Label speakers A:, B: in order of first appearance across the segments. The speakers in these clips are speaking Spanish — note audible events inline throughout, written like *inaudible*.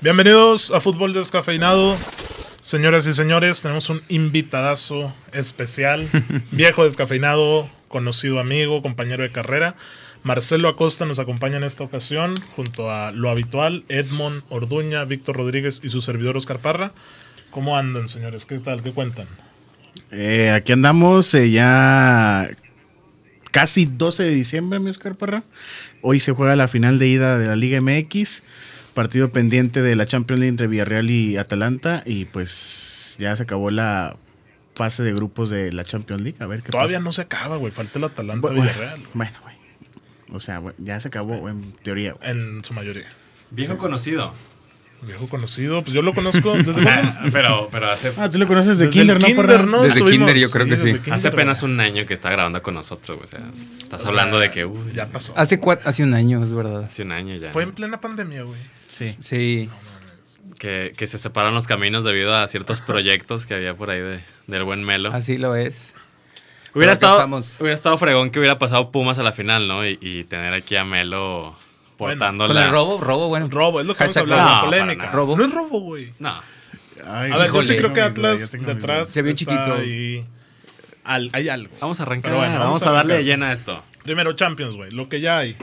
A: Bienvenidos a Fútbol Descafeinado. Señoras y señores, tenemos un invitadazo
B: *laughs*
A: especial, viejo descafeinado, conocido amigo, compañero de carrera. Marcelo Acosta nos acompaña en esta ocasión junto a lo habitual, Edmond Orduña, Víctor Rodríguez y su servidor Oscar Parra. ¿Cómo andan, señores? ¿Qué tal? ¿Qué cuentan?
B: Eh, aquí andamos eh, ya casi 12 de diciembre, mi Oscar Parra. Hoy se juega la final de ida de la Liga MX, partido pendiente de la Champions League entre Villarreal y Atalanta y pues ya se acabó la fase de grupos de la Champions League. A ver qué
A: Todavía
B: pasa.
A: no se acaba, güey. Falta el Atalanta
B: Bu- Bueno,
A: Villarreal
B: bueno, güey. O sea, güey, ya se acabó en teoría. güey.
A: en su mayoría.
C: Viejo *laughs* conocido.
A: Viejo conocido, pues yo lo conozco
B: *laughs*
A: desde, cuándo?
C: pero, pero hace,
B: Ah, tú lo conoces de
A: Desde
B: Kinder,
A: el
B: ¿no,
A: kinder,
B: Parra?
A: ¿no?
D: Desde
A: Estuvimos-
D: kinder yo creo que
A: desde
D: sí.
A: kinder,
C: hace apenas
A: güey.
C: un año que está grabando con nosotros, güey. O sea, estás hablando de que uy,
A: Ya pasó.
D: Hace, cua- hace un año, es verdad.
C: hace un año ya.
A: Fue en plena pandemia, güey.
B: Sí.
D: Sí.
C: Que, que se separan los caminos debido a ciertos proyectos que había por ahí de, del buen Melo.
D: Así lo es.
C: Hubiera
D: Pero acá
C: estado,
D: estamos.
C: hubiera estado fregón que hubiera pasado Pumas a la final, ¿no? Y, y tener aquí a Melo portando
D: Con
C: la...
D: el robo, robo, bueno.
A: Robo, es lo que vamos a
D: Hashtag
A: hablar, la
C: robo. No, para
A: polémica.
C: nada.
D: Robo.
A: No es robo, güey.
C: No.
B: Ay,
A: A ver, yo
D: Híjole.
A: sí creo que
B: tengo mis dudas,
A: Atlas
B: yo tengo mis
A: detrás
B: dudas.
D: Se vio
A: está
D: chiquito.
A: ahí. Al- hay algo.
C: Vamos a arrancar.
A: Pero bueno,
C: vamos,
A: vamos
C: a,
A: a
C: darle
A: arrancar.
C: llena a esto.
A: Primero, Champions, güey. Lo que ya hay.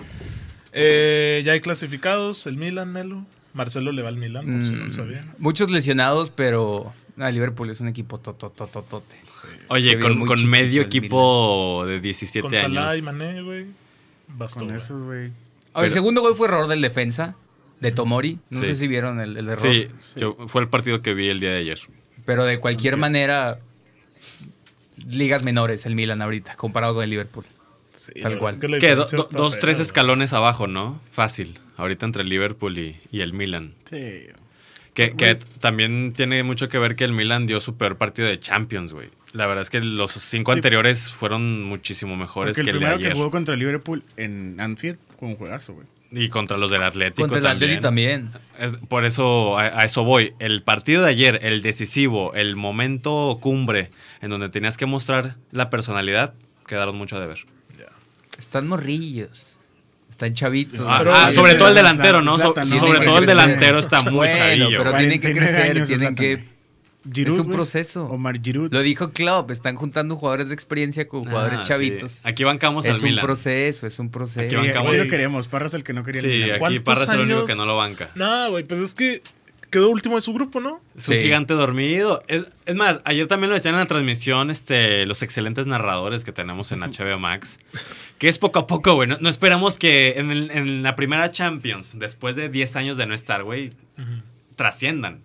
A: Eh, ya hay clasificados. El Milan, Melo. Marcelo le va al
C: pues,
A: Milan, por si no lo
D: Mm,
A: sabían.
D: muchos lesionados, pero ah, Liverpool es un equipo tototototote. Se
C: Oye,
D: vio
C: con,
D: muy
C: con
D: chiquito
C: medio
D: el
C: equipo de
A: Con
C: 17
A: Salah y
C: años.
A: Mané, güey. Bastó,
B: Con
A: güey.
B: eso, güey.
D: Ah, El
C: Pero-
D: segundo gol fue error del defensa de Tomori. No
C: Sí.
D: sé si vieron el, el error.
C: Sí, yo- fue el partido que vi el día de ayer.
D: Pero de cualquier manera, ligas menores el Milan ahorita, comparado con el Liverpool.
A: Sí,
D: Tal
A: la
D: cual.
A: verdad es la
C: Que do-
A: diferencia
C: do-
A: está
C: dos,
A: fea,
C: tres
A: güey.
C: escalones abajo, ¿no? Fácil. Ahorita entre el Liverpool y, y el Milan.
B: Sí.
C: Que, que también tiene mucho que ver que el Milan dio su peor partido de Champions, güey. La verdad es que los cinco
B: Sí.
C: anteriores fueron muchísimo mejores
B: Porque el
C: que el de
B: primero que
C: ayer.
B: jugó contra el Liverpool en Anfield fue un juegazo, güey.
C: Y contra los del Atlético
D: Contra el
C: también.
D: Atleti también.
C: Es- por eso, a, a eso voy. El partido de ayer, el decisivo, el momento cumbre, en donde tenías que mostrar la personalidad, quedaron mucho de ver.
D: Están morrillos. Están chavitos.
C: Ah,
B: Pero-
C: ah,
B: sí,
C: sobre
B: sí,
C: todo el
B: sí,
C: delantero, ¿no? So-
B: Zlatan,
D: ¿no?
C: Sobre todo el
D: Porque-
C: delantero está muy
D: Bueno,
C: chavillo.
D: pero tienen que
B: 49
D: crecer,
B: años
D: tienen
B: Zlatan,
D: que-
B: güey. Giroud,
D: es un
B: güey.
D: proceso.
B: Omar Giroud.
D: Lo dijo Klopp, están juntando jugadores de experiencia con
C: Ah,
D: jugadores
C: sí.
D: chavitos.
C: Aquí bancamos al
D: Es un
C: Milan.
D: proceso, es un
C: Aquí
D: proceso.
B: Sí,
C: bancamos.
B: aquí lo queremos. Parra es el que no quería el
C: Sí,
B: Milan.
C: aquí
A: ¿Cuántos
C: Parra es el único
A: años?
C: que no lo banca.
A: No, güey, pues es que quedó último de su grupo, ¿no?
C: Es un
D: Sí.
C: gigante dormido. Es, es más, ayer también lo decían en la transmisión este, los excelentes narradores que tenemos en HBO Max. Que es poco a poco, güey. No, no esperamos que en, el- en la primera Champions, después de 10 años de no estar, güey, trasciendan.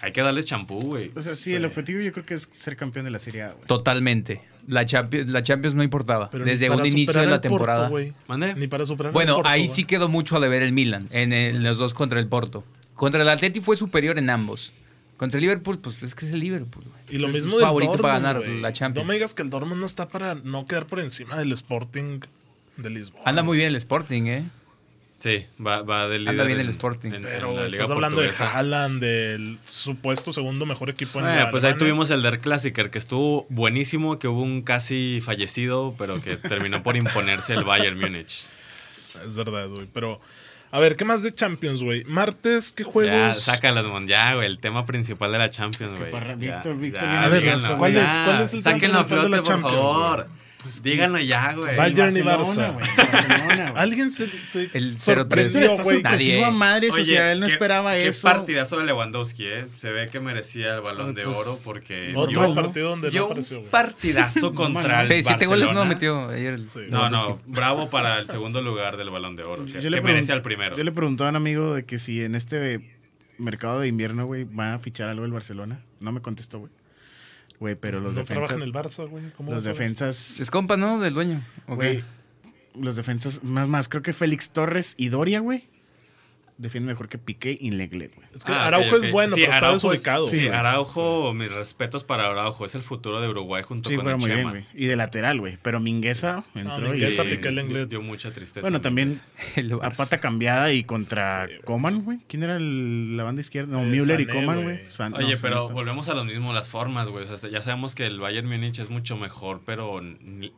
C: Hay que darles champú, güey.
B: O
A: Pues
B: sea, sí, el objetivo yo creo que es ser campeón de la Serie A, güey.
D: Totalmente. La Champions, la Champions no importaba.
A: Pero ni
D: Desde
A: para
D: un inicio
A: superar
D: de la
A: al Porto,
D: temporada.
A: güey.
C: ¿Mande?
A: Ni para superar. al
D: bueno,
A: Porto,
D: ahí
A: güey.
D: sí quedó mucho a deber el Milan, en, el- en los dos contra el Porto. Contra el Atleti fue superior en ambos. Contra el Liverpool, pues es que es el Liverpool. güey.
A: Y lo
D: Es
A: mismo
D: el
A: del
D: favorito para
A: Dortmund,
D: ganar
A: güey.
D: la Champions.
A: No me digas que el Dortmund no está para no quedar por encima del Sporting de Lisboa.
D: Anda muy bien el Sporting, ¿eh?
C: Sí, va, va del
D: Anda
C: líder
D: bien el
C: en-
D: Sporting.
C: en- en
A: Pero
C: la Liga
A: estás hablando de
C: Portuguesa.
A: Haaland, del supuesto segundo mejor equipo en
C: Bueno,
A: la
C: pues ahí
A: Alemania.
C: tuvimos el Der Klassiker, que estuvo buenísimo, que hubo un casi fallecido, pero que terminó por imponerse el Bayern Múnich.
A: Es verdad, güey. Pero, a ver, ¿qué más de Champions, güey? Martes, ¿qué juegos?
C: Ya, sácalas, mon. Ya, güey. El tema principal de la Champions, güey.
B: parra-
C: Ya,
B: Víctor, Víctor,
C: ya,
B: viene de
C: díganlo,
B: eso,
A: ¿cuál
C: ya.
A: es- cuál es el tema
C: Sáquenlo
A: principal
C: a
A: de
C: flote,
A: la
C: por
A: Champions,
C: favor. Díganlo ya, güey.
A: Vaya- Bayern y
B: Barcelona,
A: Barça.
B: güey, Barcelona, güey.
A: Alguien se, se
D: El 0-3.
A: sorprendió,
B: Está
A: güey.
D: Nadie.
B: sorpresivo a madre, o
C: Oye,
B: sea, él no
C: qué-
B: esperaba eso.
C: Qué partidazo de Lewandowski, ¿eh? Se ve que merecía el balón de
B: Pues,
C: oro porque
A: Ah, Otro
C: dio,
A: partido donde
C: dio
A: no apareció,
C: un
A: güey.
C: partidazo contra el
D: Sí, siete goles no
C: Barcelona.
D: metió ayer. el-
C: No, no.
D: Lewandowski.
C: Bravo para el segundo lugar del balón de oro. Que,
B: Yo le
C: que merece
B: pregun-
C: al primero.
B: Yo le preguntaba a un amigo de que si en este mercado de invierno, güey, van a fichar algo el Barcelona. No me contestó, güey. Güey, pero los
A: no trabaja
B: defensas.
A: en el Barça, güey. ¿Cómo
B: Los
A: vas a ver?
B: defensas.
D: Es compa, ¿no? Del dueño. ¿o qué?
B: Güey. Los defensas, más más, creo que Félix Torres y Doria, güey. defiende mejor que Piqué y Leglet, güey.
A: Es que
C: Ah, ok,
A: Araujo
C: ok.
A: es bueno,
C: Sí,
A: pero está
C: Araujo es-
A: desubicado.
C: Sí,
A: güey.
C: Araujo, mis respetos para Araujo. Es el futuro de Uruguay junto
B: Sí,
C: con
B: juega
C: el
B: muy bien,
C: Chema.
B: güey. Y de lateral, güey. Pero Mingueza entró y.
A: Mingueza,
C: Sí,
A: Piqué, Lenglet.
C: Dio mucha tristeza.
B: Bueno, también
D: *laughs* El
B: a
D: Barça.
B: pata cambiada y contra Coman, güey. ¿Quién era el- la banda izquierda? No,
A: Eh,
B: Müller
A: Sané,
B: y Coman,
A: güey.
B: güey. San- no,
C: Oye,
B: Sané
C: pero
B: está-
C: volvemos a lo mismo, las formas, güey. O sea, ya sabemos que el Bayern Múnich es mucho mejor, pero... ni-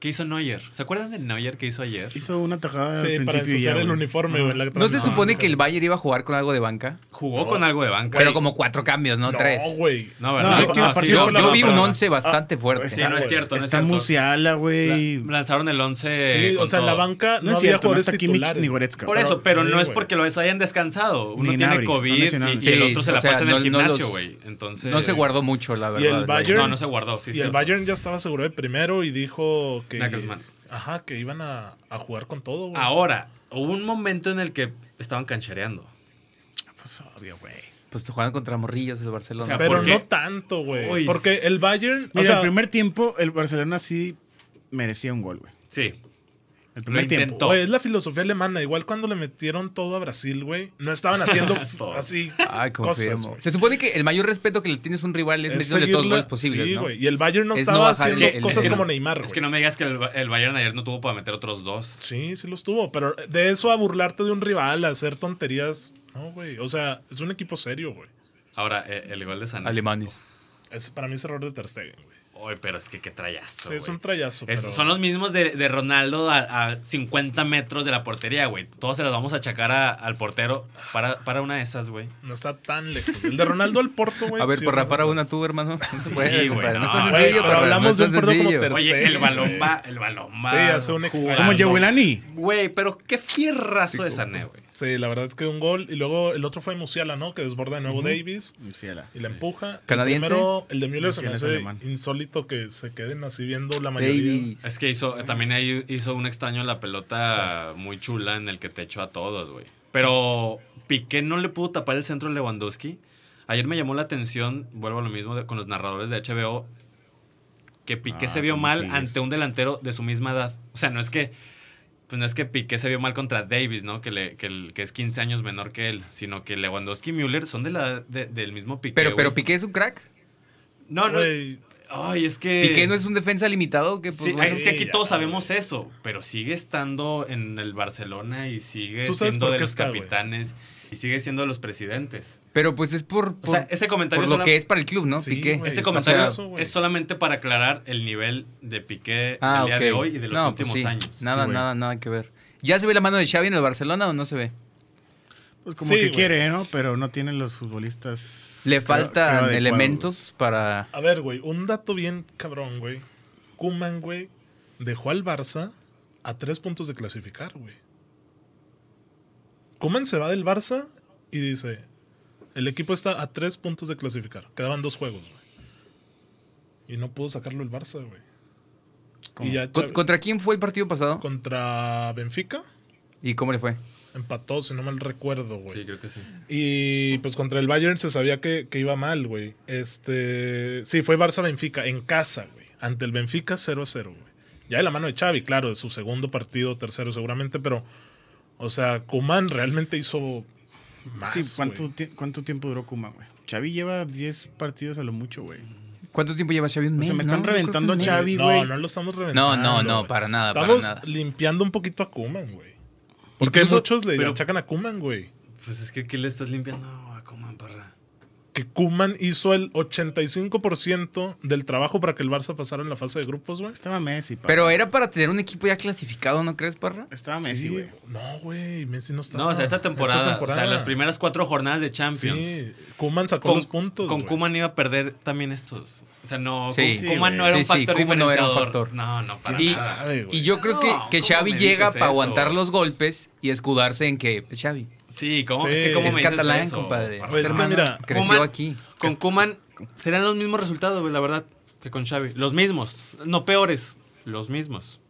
C: ¿Qué hizo Neuer? ¿Se acuerdan de Neuer que hizo ayer?
B: Hizo una tajada
A: Sí,
B: Ah, al
A: para
B: principio y ya,
A: ensuciar el
B: güey.
A: uniforme, güey. la
D: ¿No se
A: transmisión.
D: supone que el Bayern iba a jugar con algo de banca?
C: Jugó con algo de banca.
D: Pero como cuatro cambios, no,
A: No,
D: tres.
A: güey.
C: No,
B: No,
C: ¿verdad?
B: el
C: No,
B: partido
C: sí,
B: fue
D: Yo,
B: la
D: yo vi un
C: perdona.
D: once
A: Ah,
D: bastante fuerte.
C: Sí, no es cierto, no es
B: Está
C: cierto.
B: Musiala, güey.
C: La- lanzaron el 11
A: Sí, o
C: con
A: sea, en la
C: todo.
A: banca no,
B: No es
A: había
B: cierto, no
A: jugadores
B: está Kimmich
A: titulares.
B: ni Goretzka.
C: Por eso, pero
A: Sí,
C: no es
A: güey.
C: porque lo hayan descansado. Uno
B: Ni
C: tiene
B: Gnabry, están
C: COVID y,
B: lesionados.
C: y el
D: Sí,
C: otro se
D: o
C: la
D: sea,
C: pasa en
D: no-
C: el
D: no los-
C: gimnasio, güey. Entonces,
D: No se guardó mucho, la verdad.
A: el Bayern-
C: No, no se guardó,
A: y
C: sí.
A: el
C: cierto.
A: Bayern ya estaba seguro de primero y dijo que.
C: Nagelsmann.
A: Ajá, que iban a, a jugar con todo, güey.
C: Ahora, hubo un momento en el que estaban canchereando.
B: Pues obvio, güey.
D: Pues jugaban contra Morrillos el Barcelona.
C: O sea,
A: Pero
C: ¿por qué?
A: no tanto, güey.
C: Uy,
A: Porque
C: s-
A: el Bayern.
B: Mira,
A: o sea,
B: el primer tiempo, el Barcelona sí merecía un gol, güey.
C: Sí.
B: El primer tiempo.
C: intentó.
A: güey, es la filosofía alemana. Igual cuando le metieron todo a Brasil, güey. No estaban
C: *laughs*
A: haciendo f- así.
D: Ay,
A: cosas,
D: confirmo.
A: güey.
D: se supone que el mayor respeto que le tienes a un rival es,
A: Es
D: metiéndole todos los
A: seguirla-
D: goles posibles,
A: sí,
D: ¿no?
A: güey. Y el Bayern no
D: Es no
A: estaba
D: bajar
A: haciendo
D: el- el-
A: cosas
D: el-
A: como Neymar, güey.
C: Es que no me digas que el, el Bayern ayer no tuvo para meter otros dos.
A: Sí, sí los tuvo, pero de eso a burlarte de un rival, a hacer tonterías, no, güey. O sea, es un equipo serio, güey.
C: Ahora, eh, el, gol de San
D: Alemanes.
A: Es, para mí es error de Ter Stegen, güey.
C: Oye, pero es que qué trayazo.
A: Sí, es
C: güey.
A: un trayazo.
C: Es-
A: pero-
C: Son los mismos de, de Ronaldo a, a 50 metros de la portería, güey. Todos se los vamos a achacar a- al portero para, para una de esas, güey.
A: No está tan lejos. El de Ronaldo al Porto, güey.
D: *laughs* A ver,
A: sí,
D: por
A: no está
D: rapar a
A: tan-
D: una tú, hermano. *laughs* No se
C: güey,
D: puede, compadre. No,
C: no,
D: es tan
C: güey,
A: Güey, pero
D: sencillo, compadre,
A: hablamos
D: no
A: de
D: es
A: un
D: tan
A: portero como
D: sencillo.
A: Ter
C: Oye,
A: Stegen,
C: el balón
A: güey.
C: va, el balón va.
A: Sí, hace un extra.
C: jugando.
B: Como
A: Como
B: Yewelani.
C: Güey, pero qué fierrazo de Sané, güey.
A: Sí, la verdad es que un gol. Y luego el otro fue Musiala, ¿no? Que desborda de nuevo Davis
B: Musiala.
A: y la empuja.
D: Canadiense.
A: El, primero, el de Müller se me
B: Musiala es
A: hace
B: alemán.
A: insólito que se queden así viendo la mayoría.
D: Davis.
C: Es que hizo, también ahí hizo un extraño en la pelota muy chula en el que te echó a todos, güey. Pero Piqué no le pudo tapar el centro a Lewandowski. Ayer me llamó la atención, vuelvo a lo mismo de- con los narradores de HBO, que Piqué
B: Ah,
C: se vio
B: ¿cómo
C: mal
B: sigues?
C: ante un delantero de su misma edad. O sea, no es que pues no es que Piqué se vio mal contra Davis, ¿no? Que, le, que, el- que es 15 años menor que él, sino que Lewandowski y Müller son de la, edad de- del mismo Piqué.
D: Pero, pero
C: güey.
D: Piqué es un crack.
C: No, no.
A: Güey,
C: Ay, es que.
D: Piqué no es un defensa limitado. Que, pues,
C: Sí,
D: bueno.
C: es que aquí
A: ya,
C: todos sabemos eso, pero sigue estando en el Barcelona y sigue
A: ¿Tú sabes
C: siendo
A: por
C: de
A: qué
C: los
A: está, güey?
C: capitanes y sigue siendo de los presidentes.
D: Pero pues es por,
C: O
D: por-
C: sea, ese comentario
D: por
C: sola-
D: lo que es para el club, ¿no?
A: Sí,
D: Piqué.
A: güey,
C: Este
A: está
C: comentario
A: feo eso, güey.
C: es solamente para aclarar el nivel de Piqué
D: Ah,
C: del día
D: ok.
C: de hoy y de los
D: No, pues
C: últimos
D: sí.
C: años.
D: Nada,
B: Sí, güey.
D: nada, nada que ver. ¿Ya se ve la mano de Xavi en el Barcelona o no se ve?
B: Pues como
A: Sí,
B: que
A: güey.
B: quiere, ¿no? Pero no tienen los futbolistas.
D: Le
B: creo-
D: faltan
B: creo adecuados,
D: elementos para...
A: A ver, güey, un dato bien cabrón, güey. Kuman, güey, dejó al Barça a tres puntos de clasificar, güey. Kuman se va del Barça y dice: El equipo está a tres puntos de clasificar. Quedaban dos juegos, güey. Y no pudo sacarlo el Barça, güey.
B: ¿Cómo?
A: Y ya
D: ¿Con-
A: Xavi-
D: ¿Contra quién fue el partido pasado?
A: contra Benfica
D: ¿Y cómo le fue?
A: empató, si no mal recuerdo, güey.
C: Sí, creo que sí.
A: Y pues contra el Bayern se sabía que, que iba mal, güey. Este, sí, fue Barça-Benfica en casa, güey. Ante el Benfica 0-0, güey. Ya de la mano de Xavi, claro, de su segundo partido, tercero seguramente, pero, o sea, Kuman realmente hizo más.
B: Sí, ¿cuánto,
A: güey.
B: ti- ¿cuánto tiempo duró Kuma, güey? Xavi lleva 10 partidos a lo mucho, güey.
D: ¿Cuánto tiempo lleva Xavi? Un
B: O
A: Pues
D: mes,
B: sea, me están
D: ¿no? Yo creo que
B: reventando
D: un mes.
B: a Xavi,
A: No,
B: güey.
A: no lo estamos reventando.
D: no, no,
A: güey.
D: para nada, para
A: Estamos
D: nada.
A: limpiando un poquito a Kuman, güey. Porque
D: Incluso-
A: muchos le
C: pero-
A: achacan a Kuman, güey.
C: Pues es que aquí le estás limpiando a Coman, parra.
A: Que Kuman hizo el 85% del trabajo para que el Barça pasara en la fase de grupos, güey.
B: Estaba Messi, pa.
D: Pero eh, era para tener un equipo ya clasificado, ¿no crees, Parra?
B: Estaba
A: Sí,
B: Messi, güey.
A: No, güey, Messi no está.
C: No, o sea, esta temporada, o sea,
A: temporada.
C: las primeras cuatro jornadas de Champions.
A: Sí, Kuman sacó
C: Con,
A: los puntos.
C: con
A: güey.
C: Kuman iba a perder también estos. O sea, no,
D: Sí.
C: Ku- Kuman
B: Sí,
C: no era un
D: güey. Sí, sí,
C: factor
D: Kuman no era un
C: diferenciador.
D: factor.
C: No, no, para
D: Y-
C: nada.
A: Sabe, güey.
D: Y yo creo que,
C: No,
D: que
C: ¿cómo
D: Xavi
C: me
D: llega
C: dices
D: para
C: eso?
D: aguantar los golpes y escudarse en que es Xavi.
C: Sí, ¿cómo?
A: Sí.
C: es que cómo
D: Es
C: me dices
D: catalán,
C: eso?
D: compadre. Este
C: Parra,
A: Pues es que
C: hermano.
A: mira,
D: creció
C: Koeman-
D: aquí.
C: Con Kuman serán los mismos resultados, güey, la verdad, que con Xavi. Los mismos, no peores, los mismos.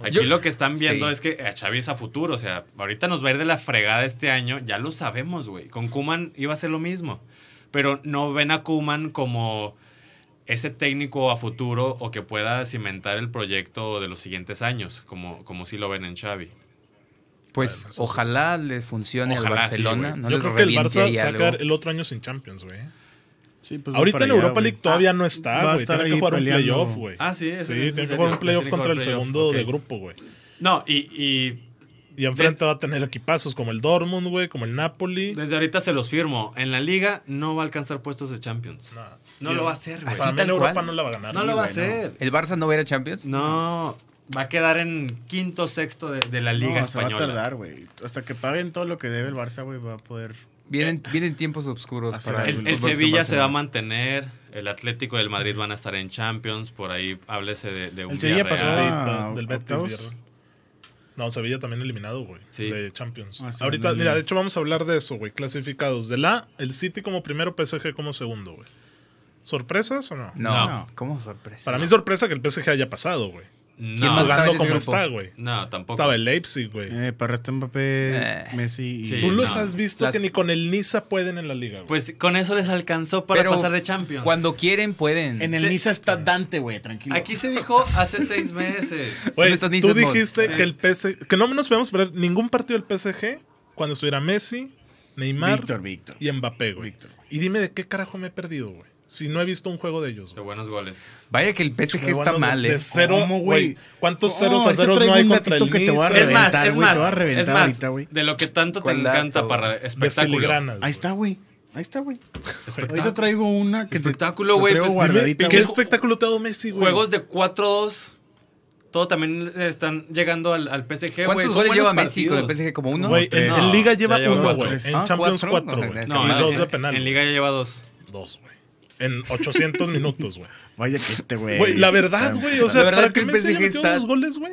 C: Aquí
D: Yo-
C: lo que están viendo
D: Sí.
C: es que a Xavi es a futuro, o sea, ahorita nos va a ir de la fregada este año, ya lo sabemos, güey. Con Kuman iba a ser lo mismo, pero no ven a Kuman como ese técnico a futuro o que pueda cimentar el proyecto de los siguientes años, como, como sí lo ven en Xavi.
D: Pues
A: Además,
D: ojalá le funcione al
C: Ojalá, sí,
D: Barcelona.
C: güey.
D: no
A: Yo
D: les
A: creo que el
D: reviente
A: Barça
D: ahí
A: se va a
D: algo.
A: quedar el otro año sin Champions, güey.
B: Sí, pues va
A: Ahorita
B: para
A: en
B: allá,
A: Europa
B: güey.
A: League todavía no está,
B: va a
A: güey.
B: estar
A: Tiene que
B: ahí
A: jugar un
B: peleando.
A: playoff, güey.
C: Ah, sí, es-
A: Sí,
C: es-
A: tiene
C: es
A: que jugar
C: serio.
A: un playoff
C: Tiene que
A: contra
C: jugar
A: el
C: playoff,
A: segundo
C: ok.
A: de grupo, güey.
C: No, y,
A: Y enfrente va a tener equipazos como el Dortmund, güey, como el Napoli.
C: y desde ahorita se los firmo. En la liga no va a alcanzar puestos de Champions. No,
A: Nah.
C: lo va a hacer, güey.
D: Así
A: Para mí
D: tal
A: en Europa
D: cual.
A: no la va a ganar.
C: No lo va a
D: güey, no.
C: hacer.
D: ¿El Barça no va a ir a Champions?
C: No, va a quedar en quinto sexto de, de la
B: No,
C: liga
B: se va a
C: española.
B: tardar, güey. Hasta que paguen todo lo que debe el Barça, güey, va a poder.
D: Vienen, vienen tiempos oscuros
B: Hacer
D: para
B: algo.
D: el
C: El,
B: fútbol
C: el
B: que
C: Sevilla
B: pasa,
C: se va a
B: ¿no?
C: mantener, el Atlético del Madrid van a estar en Champions, por ahí háblese de, de un
B: El Sevilla pasó
C: Villarreal.
B: Ah,
A: Ahorita, del Betis,
B: octavos.
A: viernes. No, Sevilla también eliminado, güey.
C: Sí.
A: De Champions.
B: Ah, sí,
A: Ahorita,
B: no, no.
A: mira, de hecho vamos a hablar de eso, güey. Clasificados. De la, el City como primero, PSG como segundo, güey. ¿Sorpresas o no?
D: No.
B: No.
D: ¿Cómo sorpresa?
A: Para mí sorpresa que el PSG haya pasado, güey.
D: ¿Quién
C: Ah, No,
D: más estaba
A: Jugando
D: en ese
A: como
D: grupo?
A: está, güey.
C: no, tampoco.
A: Estaba el Leipzig, güey.
B: Eh, para restar Mbappé,
D: Eh.
B: Messi y.
C: Sí.
A: Tú los
C: no.
A: has visto
D: Las-
A: que ni con el Niza pueden en la liga, güey.
C: Pues con eso les alcanzó para
D: Pero
C: pasar de Champions.
D: Cuando quieren, pueden.
B: En el
C: Sí.
B: Niza está Dante, güey, tranquilo.
C: Aquí se dijo hace seis meses.
A: Güey,
D: ¿Dónde está
A: tú
D: Nissan Mod?
A: dijiste
C: Sí.
A: que el PSG, que no nos podíamos ver ningún partido del PSG cuando estuviera Messi, Neymar
B: Víctor, Víctor.
A: y Mbappé, güey.
B: Víctor.
A: Y dime de qué carajo me he perdido, güey. Si no he visto un juego de ellos,
C: Qué
A: güey.
C: buenos goles.
D: Vaya que el PSG
A: Muy
D: está
A: buenos,
D: mal,
A: de
D: eh.
A: cero,
B: ¿Cómo, güey?
A: güey. ¿Cuántos
B: Oh,
A: ceros a
B: es que
A: ceros no
B: traigo
A: hay
B: un
A: contra el
B: datito que te voy a
A: Niza?
B: Te
C: Es
A: güey?
B: reventar,
C: más, es
B: güey, te
C: más,
B: va a reventar
C: es más
B: ahorita, güey.
C: de lo que tanto te
D: ¿Cuál dato,
C: encanta para
D: güey?
A: De
C: espectáculo.
A: filigranas.
B: Ahí
A: güey.
B: está, güey. Ahí está, güey. Ahorita
C: Espectáculo.
B: traigo una que te-
C: Espectáculo,
B: te
C: güey,
B: traigo
C: pues,
B: guardadita,
A: ¿Qué
B: güey.
A: espectáculo te ha dado Messi, güey?
C: Juegos de 4-2. Todo también están llegando al, al PSG. güey.
D: ¿Cuántos
C: Son
D: goles lleva
C: buenos
D: Messi con el
C: partidos.
D: PSG? ¿Como uno?
A: Güey, en,
C: No,
A: en Liga
C: ya
A: lleva
C: lleva
A: uno,
C: dos,
A: güey.
B: tres.
A: En
D: Ah,
A: Champions
D: cuatro,
A: cuatro,
D: no,
A: güey.
D: no,
A: y
C: en-
A: dos de
C: en-
A: penal.
C: En
A: güey.
C: Liga ya lleva dos.
A: Dos, güey.
D: *laughs*
A: En 800 minutos, güey.
B: Vaya que este,
D: Eh,
B: güey.
A: Güey, la verdad,
B: está-
A: güey. O sea,
D: verdad
A: ¿para
D: es que
A: qué
D: el
A: Messi haya
D: PSG
A: metido
D: está-
A: dos goles, güey?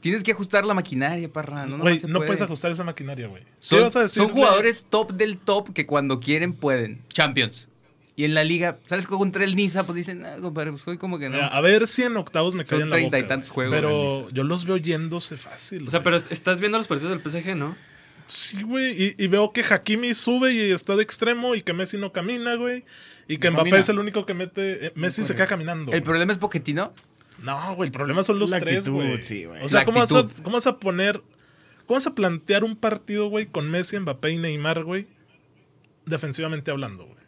D: Tienes que ajustar la maquinaria, parra. No, nomás
A: Güey,
D: se
A: no
D: puede.
A: puedes ajustar esa maquinaria, güey. ¿Qué
D: Son,
A: vas a decir?
D: son
A: güey?
D: jugadores top del top que cuando quieren pueden. Champions. Y en la liga, ¿sabes? Contra el Niza, pues dicen, ah, compadre, pues soy como que no.
A: Mira, a ver si en octavos me
D: Son
A: caen la boca.
D: treinta y tantos
A: güey.
D: juegos,
A: Pero yo los veo yéndose fácil.
C: O sea,
A: güey.
C: pero estás viendo los partidos del PSG, ¿no?
A: Sí, güey. Y, y veo que Hakimi sube y está de extremo y que Messi no camina, güey. Y que
B: No
A: Mbappé
B: camina.
A: es el único que mete. eh, Messi se queda caminando.
D: el
A: güey.
D: problema es Poquetino.
A: No, güey, el problema son los
B: La
A: tres,
B: actitud,
A: güey.
B: sí, güey.
A: O sea,
D: La
A: ¿cómo vas, a,
D: actitud.
A: ¿cómo vas a poner. ¿Cómo vas a plantear un partido, güey, con Messi, Mbappé y Neymar, güey? Defensivamente hablando, güey.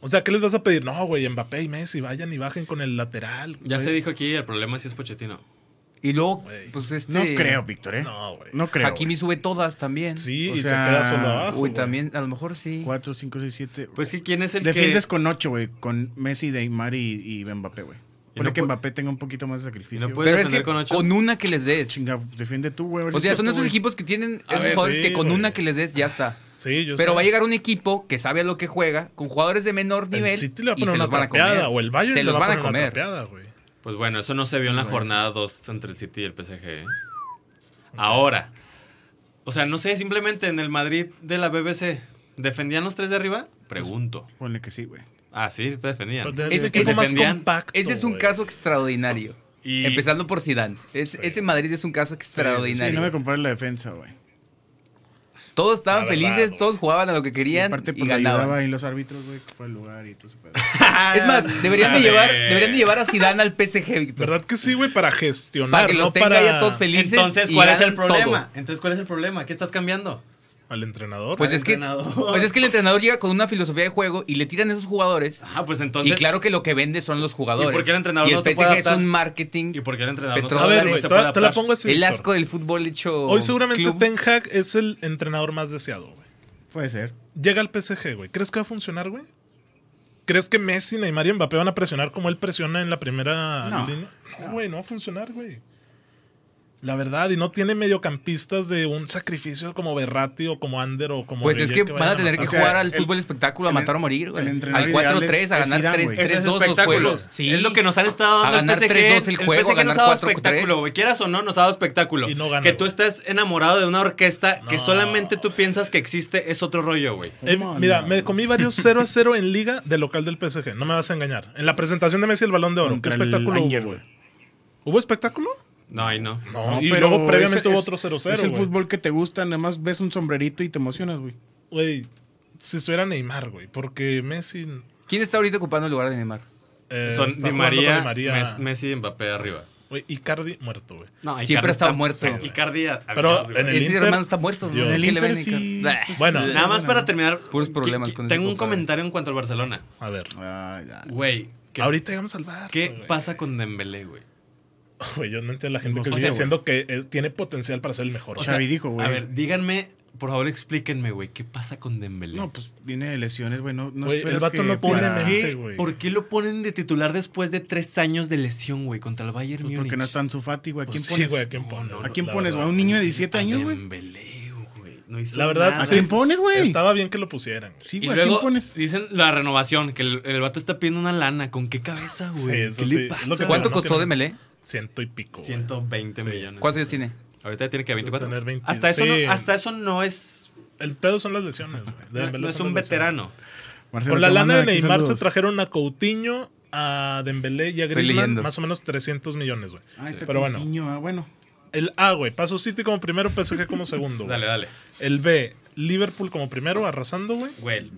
A: O sea, ¿qué les vas a pedir? No, güey, Mbappé y Messi, vayan y bajen con el lateral.
C: Ya
A: güey.
C: se dijo aquí, el problema sí es Pochettino.
D: Y luego,
A: Güey.
D: pues este.
B: No creo, Víctor, ¿eh?
A: No, güey.
B: No creo.
D: Hakimi
B: güey.
D: sube todas también.
A: Sí,
B: O
A: y
B: sea,
A: se queda solo abajo.
D: Uy,
A: güey.
D: también, a lo mejor sí.
B: Cuatro, cinco, seis, siete.
C: Pues que quién es el
B: Defiendes
C: que.
B: con ocho, güey. Con Messi, Neymar y, y Mbappé, güey.
C: Y
B: Pone
C: no
B: que
C: pu-
B: Mbappé tenga un poquito más de sacrificio.
C: no
B: güey.
C: puede-
D: Pero es
C: defender
D: que
C: con
D: con,
C: ocho?
D: una que les des.
B: Chinga, defiende tú, güey. a ver
D: O
B: si
D: sea,
B: es
D: son
B: cierto,
D: esos
B: güey.
D: equipos que tienen
A: A
D: esos
A: ver,
D: jugadores
A: sí,
D: que con
A: güey.
D: una que les des ya está.
A: Sí, yo
D: Pero
A: sé.
D: va a llegar un equipo que sabe a lo que juega, con jugadores de menor
A: El
D: nivel.
A: City le va a
D: y se
A: poner una
D: los van a comer.
A: trapeada. O el Bayern le
D: se los
A: va
D: van
A: poner
D: a
A: una
D: comer.
A: trapeada, güey.
C: Pues bueno, eso no se vio en la
B: Bueno.
C: jornada 2 entre el City y el PSG. ¿eh? Ahora. O sea, no sé, simplemente en el Madrid de la BBC, ¿defendían los tres de arriba? Pregunto.
B: Ponle que sí, güey.
C: Ah, sí, defendían.
A: Pero tienes
D: Ese-
A: un equipo
D: ese-
A: más
C: defendían-
A: compacto,
D: Ese es un
A: güey.
D: caso extraordinario.
C: Y-
D: Empezando por Zidane. Es-
A: Sí.
D: Ese Madrid es un caso
B: Sí,
D: extraordinario.
B: no me compares la defensa, güey.
D: Todos estaban
A: La verdad,
D: felices,
A: güey.
D: todos jugaban a lo que
B: Y
D: querían
B: aparte,
D: y,
B: pues, le ayudaba
D: ganaban.
B: ahí los árbitros, güey, que fue el lugar y todo ese pedo.
A: Ah,
D: Es más, deberían de,
C: Dale.
D: llevar, deberían de llevar a Zidane al PSG, Víctor.
A: ¿Verdad que sí, güey? Para gestionar,
D: Para que los
A: no
D: tenga
A: para
D: ya todos felices.
C: Entonces,
D: y
C: ¿cuál es el
D: ganan
C: problema?
D: todo.
C: Entonces, ¿cuál es el problema? ¿Qué estás cambiando?
A: al entrenador.
D: Pues
C: Al
D: es, que,
C: entrenador.
D: pues es que el entrenador llega con una filosofía de juego y le tiran esos jugadores.
C: Ah, pues entonces.
D: y claro que lo que vende son los jugadores.
C: ¿Y por qué el entrenador
D: Y el
C: no se
D: PSG
C: puede
D: es
C: adaptar?
D: un marketing.
C: ¿Y por qué el entrenador no se
A: a ver,
D: Petrodólares.
C: puede-
A: güey,
C: se
A: te,
C: puede
A: te la
C: adaptar?
A: pongo así.
D: el
A: Víctor.
D: asco del fútbol hecho.
A: Hoy seguramente
D: club.
A: Ten Hag es el entrenador más deseado, güey.
B: Puede ser.
A: Llega al PSG, güey. ¿Crees que va a funcionar, güey? ¿Crees que Messi, Neymar y Mbappé van a presionar como él presiona en la primera
B: No,
A: línea? No, güey, no va a funcionar, güey. La verdad, y no tiene mediocampistas de un sacrificio como Berratti o como Ander o como.
D: Pues es
A: Gueye
D: que van a
A: vayan
D: tener
A: matar.
D: que
B: O sea,
D: jugar al
B: el-
D: fútbol espectáculo, a
B: el-
D: matar o morir, güey.
B: el
D: Al
B: entrenador ideal es-
D: 4-3, a
B: es
D: ganar
B: Zidane, güey.
C: Ese es
D: 3-2 los
C: espectáculo.
D: juegos. Sí.
C: Es lo que nos han estado
D: A
C: dando
D: ganar
C: el PSG.
D: 3-2 el juego, a
C: PSG nos
D: ganar
C: ha dado
D: 4-3.
C: espectáculo. güey. Quieras o no, nos ha dado espectáculo.
A: Y no gana,
C: que tú
A: güey.
C: estás enamorado de una orquesta que
A: No.
C: solamente tú piensas que existe es otro rollo, güey.
A: Eh,
B: Come on,
A: mira,
B: man.
A: me comí varios 0 a 0 en liga de local del PSG. No me vas a engañar. En la presentación de Messi el balón de oro. ¿Qué
B: Contra el
A: espectáculo hubo,
B: Anger,
A: güey?
B: güey.
A: ¿Hubo espectáculo?
C: No, ahí no.
A: No, y
B: pero
A: luego previamente
B: ese
A: hubo
B: es-
A: otro 0-0.
B: Es el
A: güey.
B: fútbol que te gusta, nada más ves un sombrerito y te emocionas, güey.
A: Güey, si estuviera Neymar, güey, porque Messi.
D: ¿Quién está ahorita ocupando el lugar de Neymar?
A: eh,
C: Son
A: está
C: Di
A: jugando
C: María,
A: con Di María.
C: Mes- Messi y Mbappé arriba.
A: Güey, Icardi muerto, güey.
C: No,
D: Siempre
C: Icardi
D: está muerto.
C: Icardi a- a-
A: Pero
C: a-
A: en el-
D: Ese
A: Inter-
D: hermano está muerto. No
A: Dios.
D: sé
A: El
D: qué le ven
B: Pues Inter
D: a
B: sí- Pues,
D: Icardi. Bah.
A: Bueno.
C: Nada más para terminar.
D: Puros
C: que-
D: problemas
C: que-
D: con ese
C: Tengo un
D: compadre.
C: comentario en cuanto al Barcelona.
A: A ver.
B: Ay, ya.
C: Güey, ¿qué,
A: Ahorita llegamos al Barça.
C: qué
A: güey.
C: pasa con Dembélé, güey?
A: *laughs* Güey, yo no entiendo a la gente
B: No
A: que
B: sé,
A: sigue
B: güey.
A: diciendo que eh, tiene potencial para ser el mejor. *laughs*
B: O sea, Xavi dijo, güey.
C: A ver, díganme, por favor, explíquenme, güey, ¿qué pasa con Dembélé?
B: No, pues viene de lesiones, güey. No, no
A: Güey,
B: esperas
A: el vato
B: que
A: no
C: ¿Por,
A: pone
B: para- pues,
A: mente,
C: qué,
A: güey.
C: ¿Por qué lo ponen de titular después de tres años de lesión, güey, contra el Bayern
B: Pues
C: Múnich?
B: porque no están su Fati, güey. ¿A quién
A: Pues sí,
B: pones?
A: güey, ¿a quién pones?
B: ¿A quién
A: La
B: pones, güey?
A: verdad.
B: ¿A un niño de 17 años, güey?
C: Dembélé, güey. No hizo
A: la verdad,
C: nada.
B: ¿A quién pones, güey?
A: Estaba bien que lo pusieran. güey.
B: Sí,
C: Y
B: güey. ¿A
C: luego
B: quién pones?
C: dicen la renovación, que el, el vato está pidiendo una lana. ¿Con qué cabeza,
A: Sí,
C: güey?
A: eso
C: ¿Qué
A: sí.
C: le
A: Es
C: pasa?
A: lo que
D: ¿Cuánto
A: no
D: costó
A: tiene-
D: de Melé?
A: Ciento y pico. güey.
C: 120
A: Sí.
C: millones.
D: ¿Cuántos años tiene?
C: Ahorita tiene que 24.
A: Debe tener 20.
C: Hasta, eso
A: Sí.
C: no, hasta eso no es.
A: El pedo son las lesiones, güey. De
C: No,
A: Dembélé
C: no es
A: son
C: un
A: las lesiones.
C: veterano.
B: Marcelo,
A: Con la
B: te
A: lana de
B: manda aquí
A: Neymar se
B: saludos.
A: trajeron a Coutinho, a Dembélé y a
D: Estoy
A: Griezmann.
D: leyendo.
A: Más o menos 300 millones, güey.
B: Ah, está
A: Pero bueno.
B: Coutinho, ah, bueno.
A: El A, güey. Pasó City como primero, PSG como segundo. güey.
C: Dale, dale.
A: El B, Liverpool como primero, arrasando, güey.
C: Güey,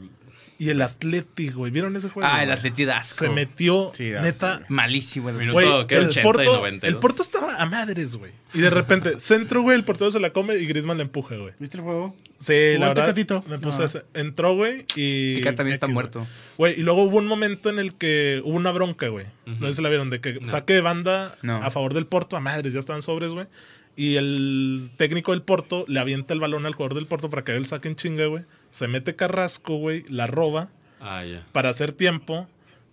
A: Y el Atleti, güey. ¿Vieron ese juego?
D: Ah, el
A: güey?
D: Atleti da asco.
A: Se metió,
B: Sí, da asco,
A: neta,
B: güey.
D: Malísimo, el
C: Minuto-
A: Güey,
C: Todo, que
A: el,
C: 80 y
A: Porto,
C: 92.
A: el Porto estaba a madres, güey. Y de
B: *laughs*
A: repente, centro, güey, el portero se la come y Griezmann la empuja, güey.
B: ¿Viste el juego?
A: Sí, la
B: Aguanta,
A: verdad.
B: Catito.
A: Me puse
B: Ah.
A: ese- Entró, güey, y...
D: Piqué también está
A: X,
D: muerto.
A: güey. Güey, y luego hubo un momento en el que hubo una bronca, güey. No sé si la vieron, de que saque de banda
D: No.
A: a favor del Porto a madres, ya estaban sobres, güey. Y el técnico del Porto le avienta el balón al jugador del Porto para que haga el saque en chinga, güey. Se mete Carrasco, güey, la roba
C: Ah, ya. *laughs*
A: para hacer tiempo.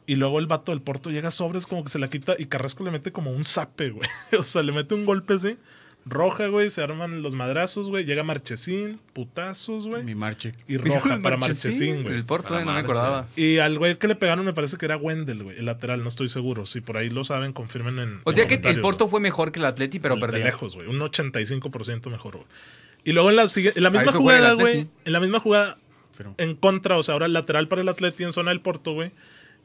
A: Y luego el vato del Porto llega a sobres, como que se la quita. Y Carrasco le mete como un zape, güey. *laughs* O sea, le mete un golpe así. Roja, güey. Se arman los madrazos, güey. Llega Marchesín, putazos,
B: Mi
A: güey.
B: marche.
A: Y roja
D: *laughs*
A: para Marchesín, güey.
D: El Porto,
C: Para
D: eh, no me
C: Marchesín.
D: acordaba.
A: Y al güey que le pegaron me parece que era Wendel, güey. El lateral, no estoy seguro. Si por ahí lo saben, confirmen en.
D: O
A: en
D: sea que el
A: comentarios,
D: Porto
A: güey.
D: fue mejor que el Atleti, pero
A: De- de
D: perdió.
A: lejos, güey. Un 85% mejor, güey. Y luego en la, sigue- en la
D: A
A: misma
D: eso juega el
A: jugada, güey.
D: Atleti.
A: En la misma jugada
B: Pero-
A: en contra, o sea, ahora lateral para el Atleti en zona del Porto, güey.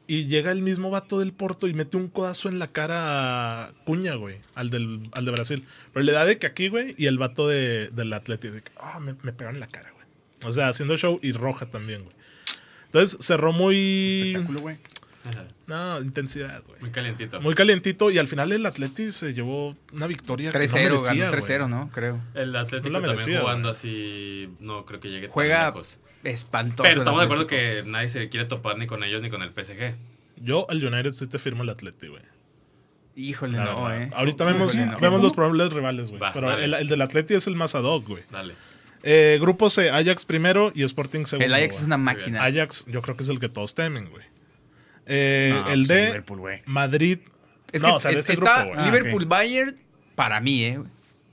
A: Y llega el mismo vato del Porto y mete un codazo en la cara a Cuña, güey, al, del, al de Brasil. Pero le da de que aquí, güey, y el vato de, del Atleti dice, ah, me, me pegaron en la cara, güey. O sea, haciendo show y roja también, güey. Entonces cerró muy...
B: Espectáculo, güey.
A: No, intensidad, güey.
C: Muy calientito.
A: Muy calientito y al final el Atleti se llevó una victoria. que no
D: 3-0,
A: merecía,
D: ganó 3-0,
A: güey.
D: ¿no? Creo.
C: El Atlético
A: No la
C: también
A: merecía,
C: jugando así. No creo que llegue tan
D: Juega
C: lejos.
D: espantoso.
C: Pero
D: el
C: estamos de acuerdo
D: Atlético.
C: que nadie se quiere topar ni con ellos ni con el PSG.
A: Yo al United sí te firmo el Atleti, güey.
D: Híjole,
A: La
D: no,
A: verdad.
D: eh.
A: Ahorita
D: Híjole,
A: vemos,
D: no.
A: vemos los probables rivales, güey.
C: Va,
A: Pero
C: dale.
A: el, el del Atleti es el más ad hoc, güey.
C: Dale.
A: Eh, grupo C, Ajax primero y Sporting segundo.
D: El Ajax es una
A: güey.
D: máquina.
A: Ajax, yo creo que es el que todos temen, güey. Eh,
B: No,
A: el
B: pues,
A: D,
B: Liverpool, güey.
A: Madrid.
D: Es
A: no,
D: que
A: o sea, de
D: es-
A: este
D: está
A: grupo, güey.
B: Ah,
D: Liverpool
B: ok.
D: Bayern para mí, eh.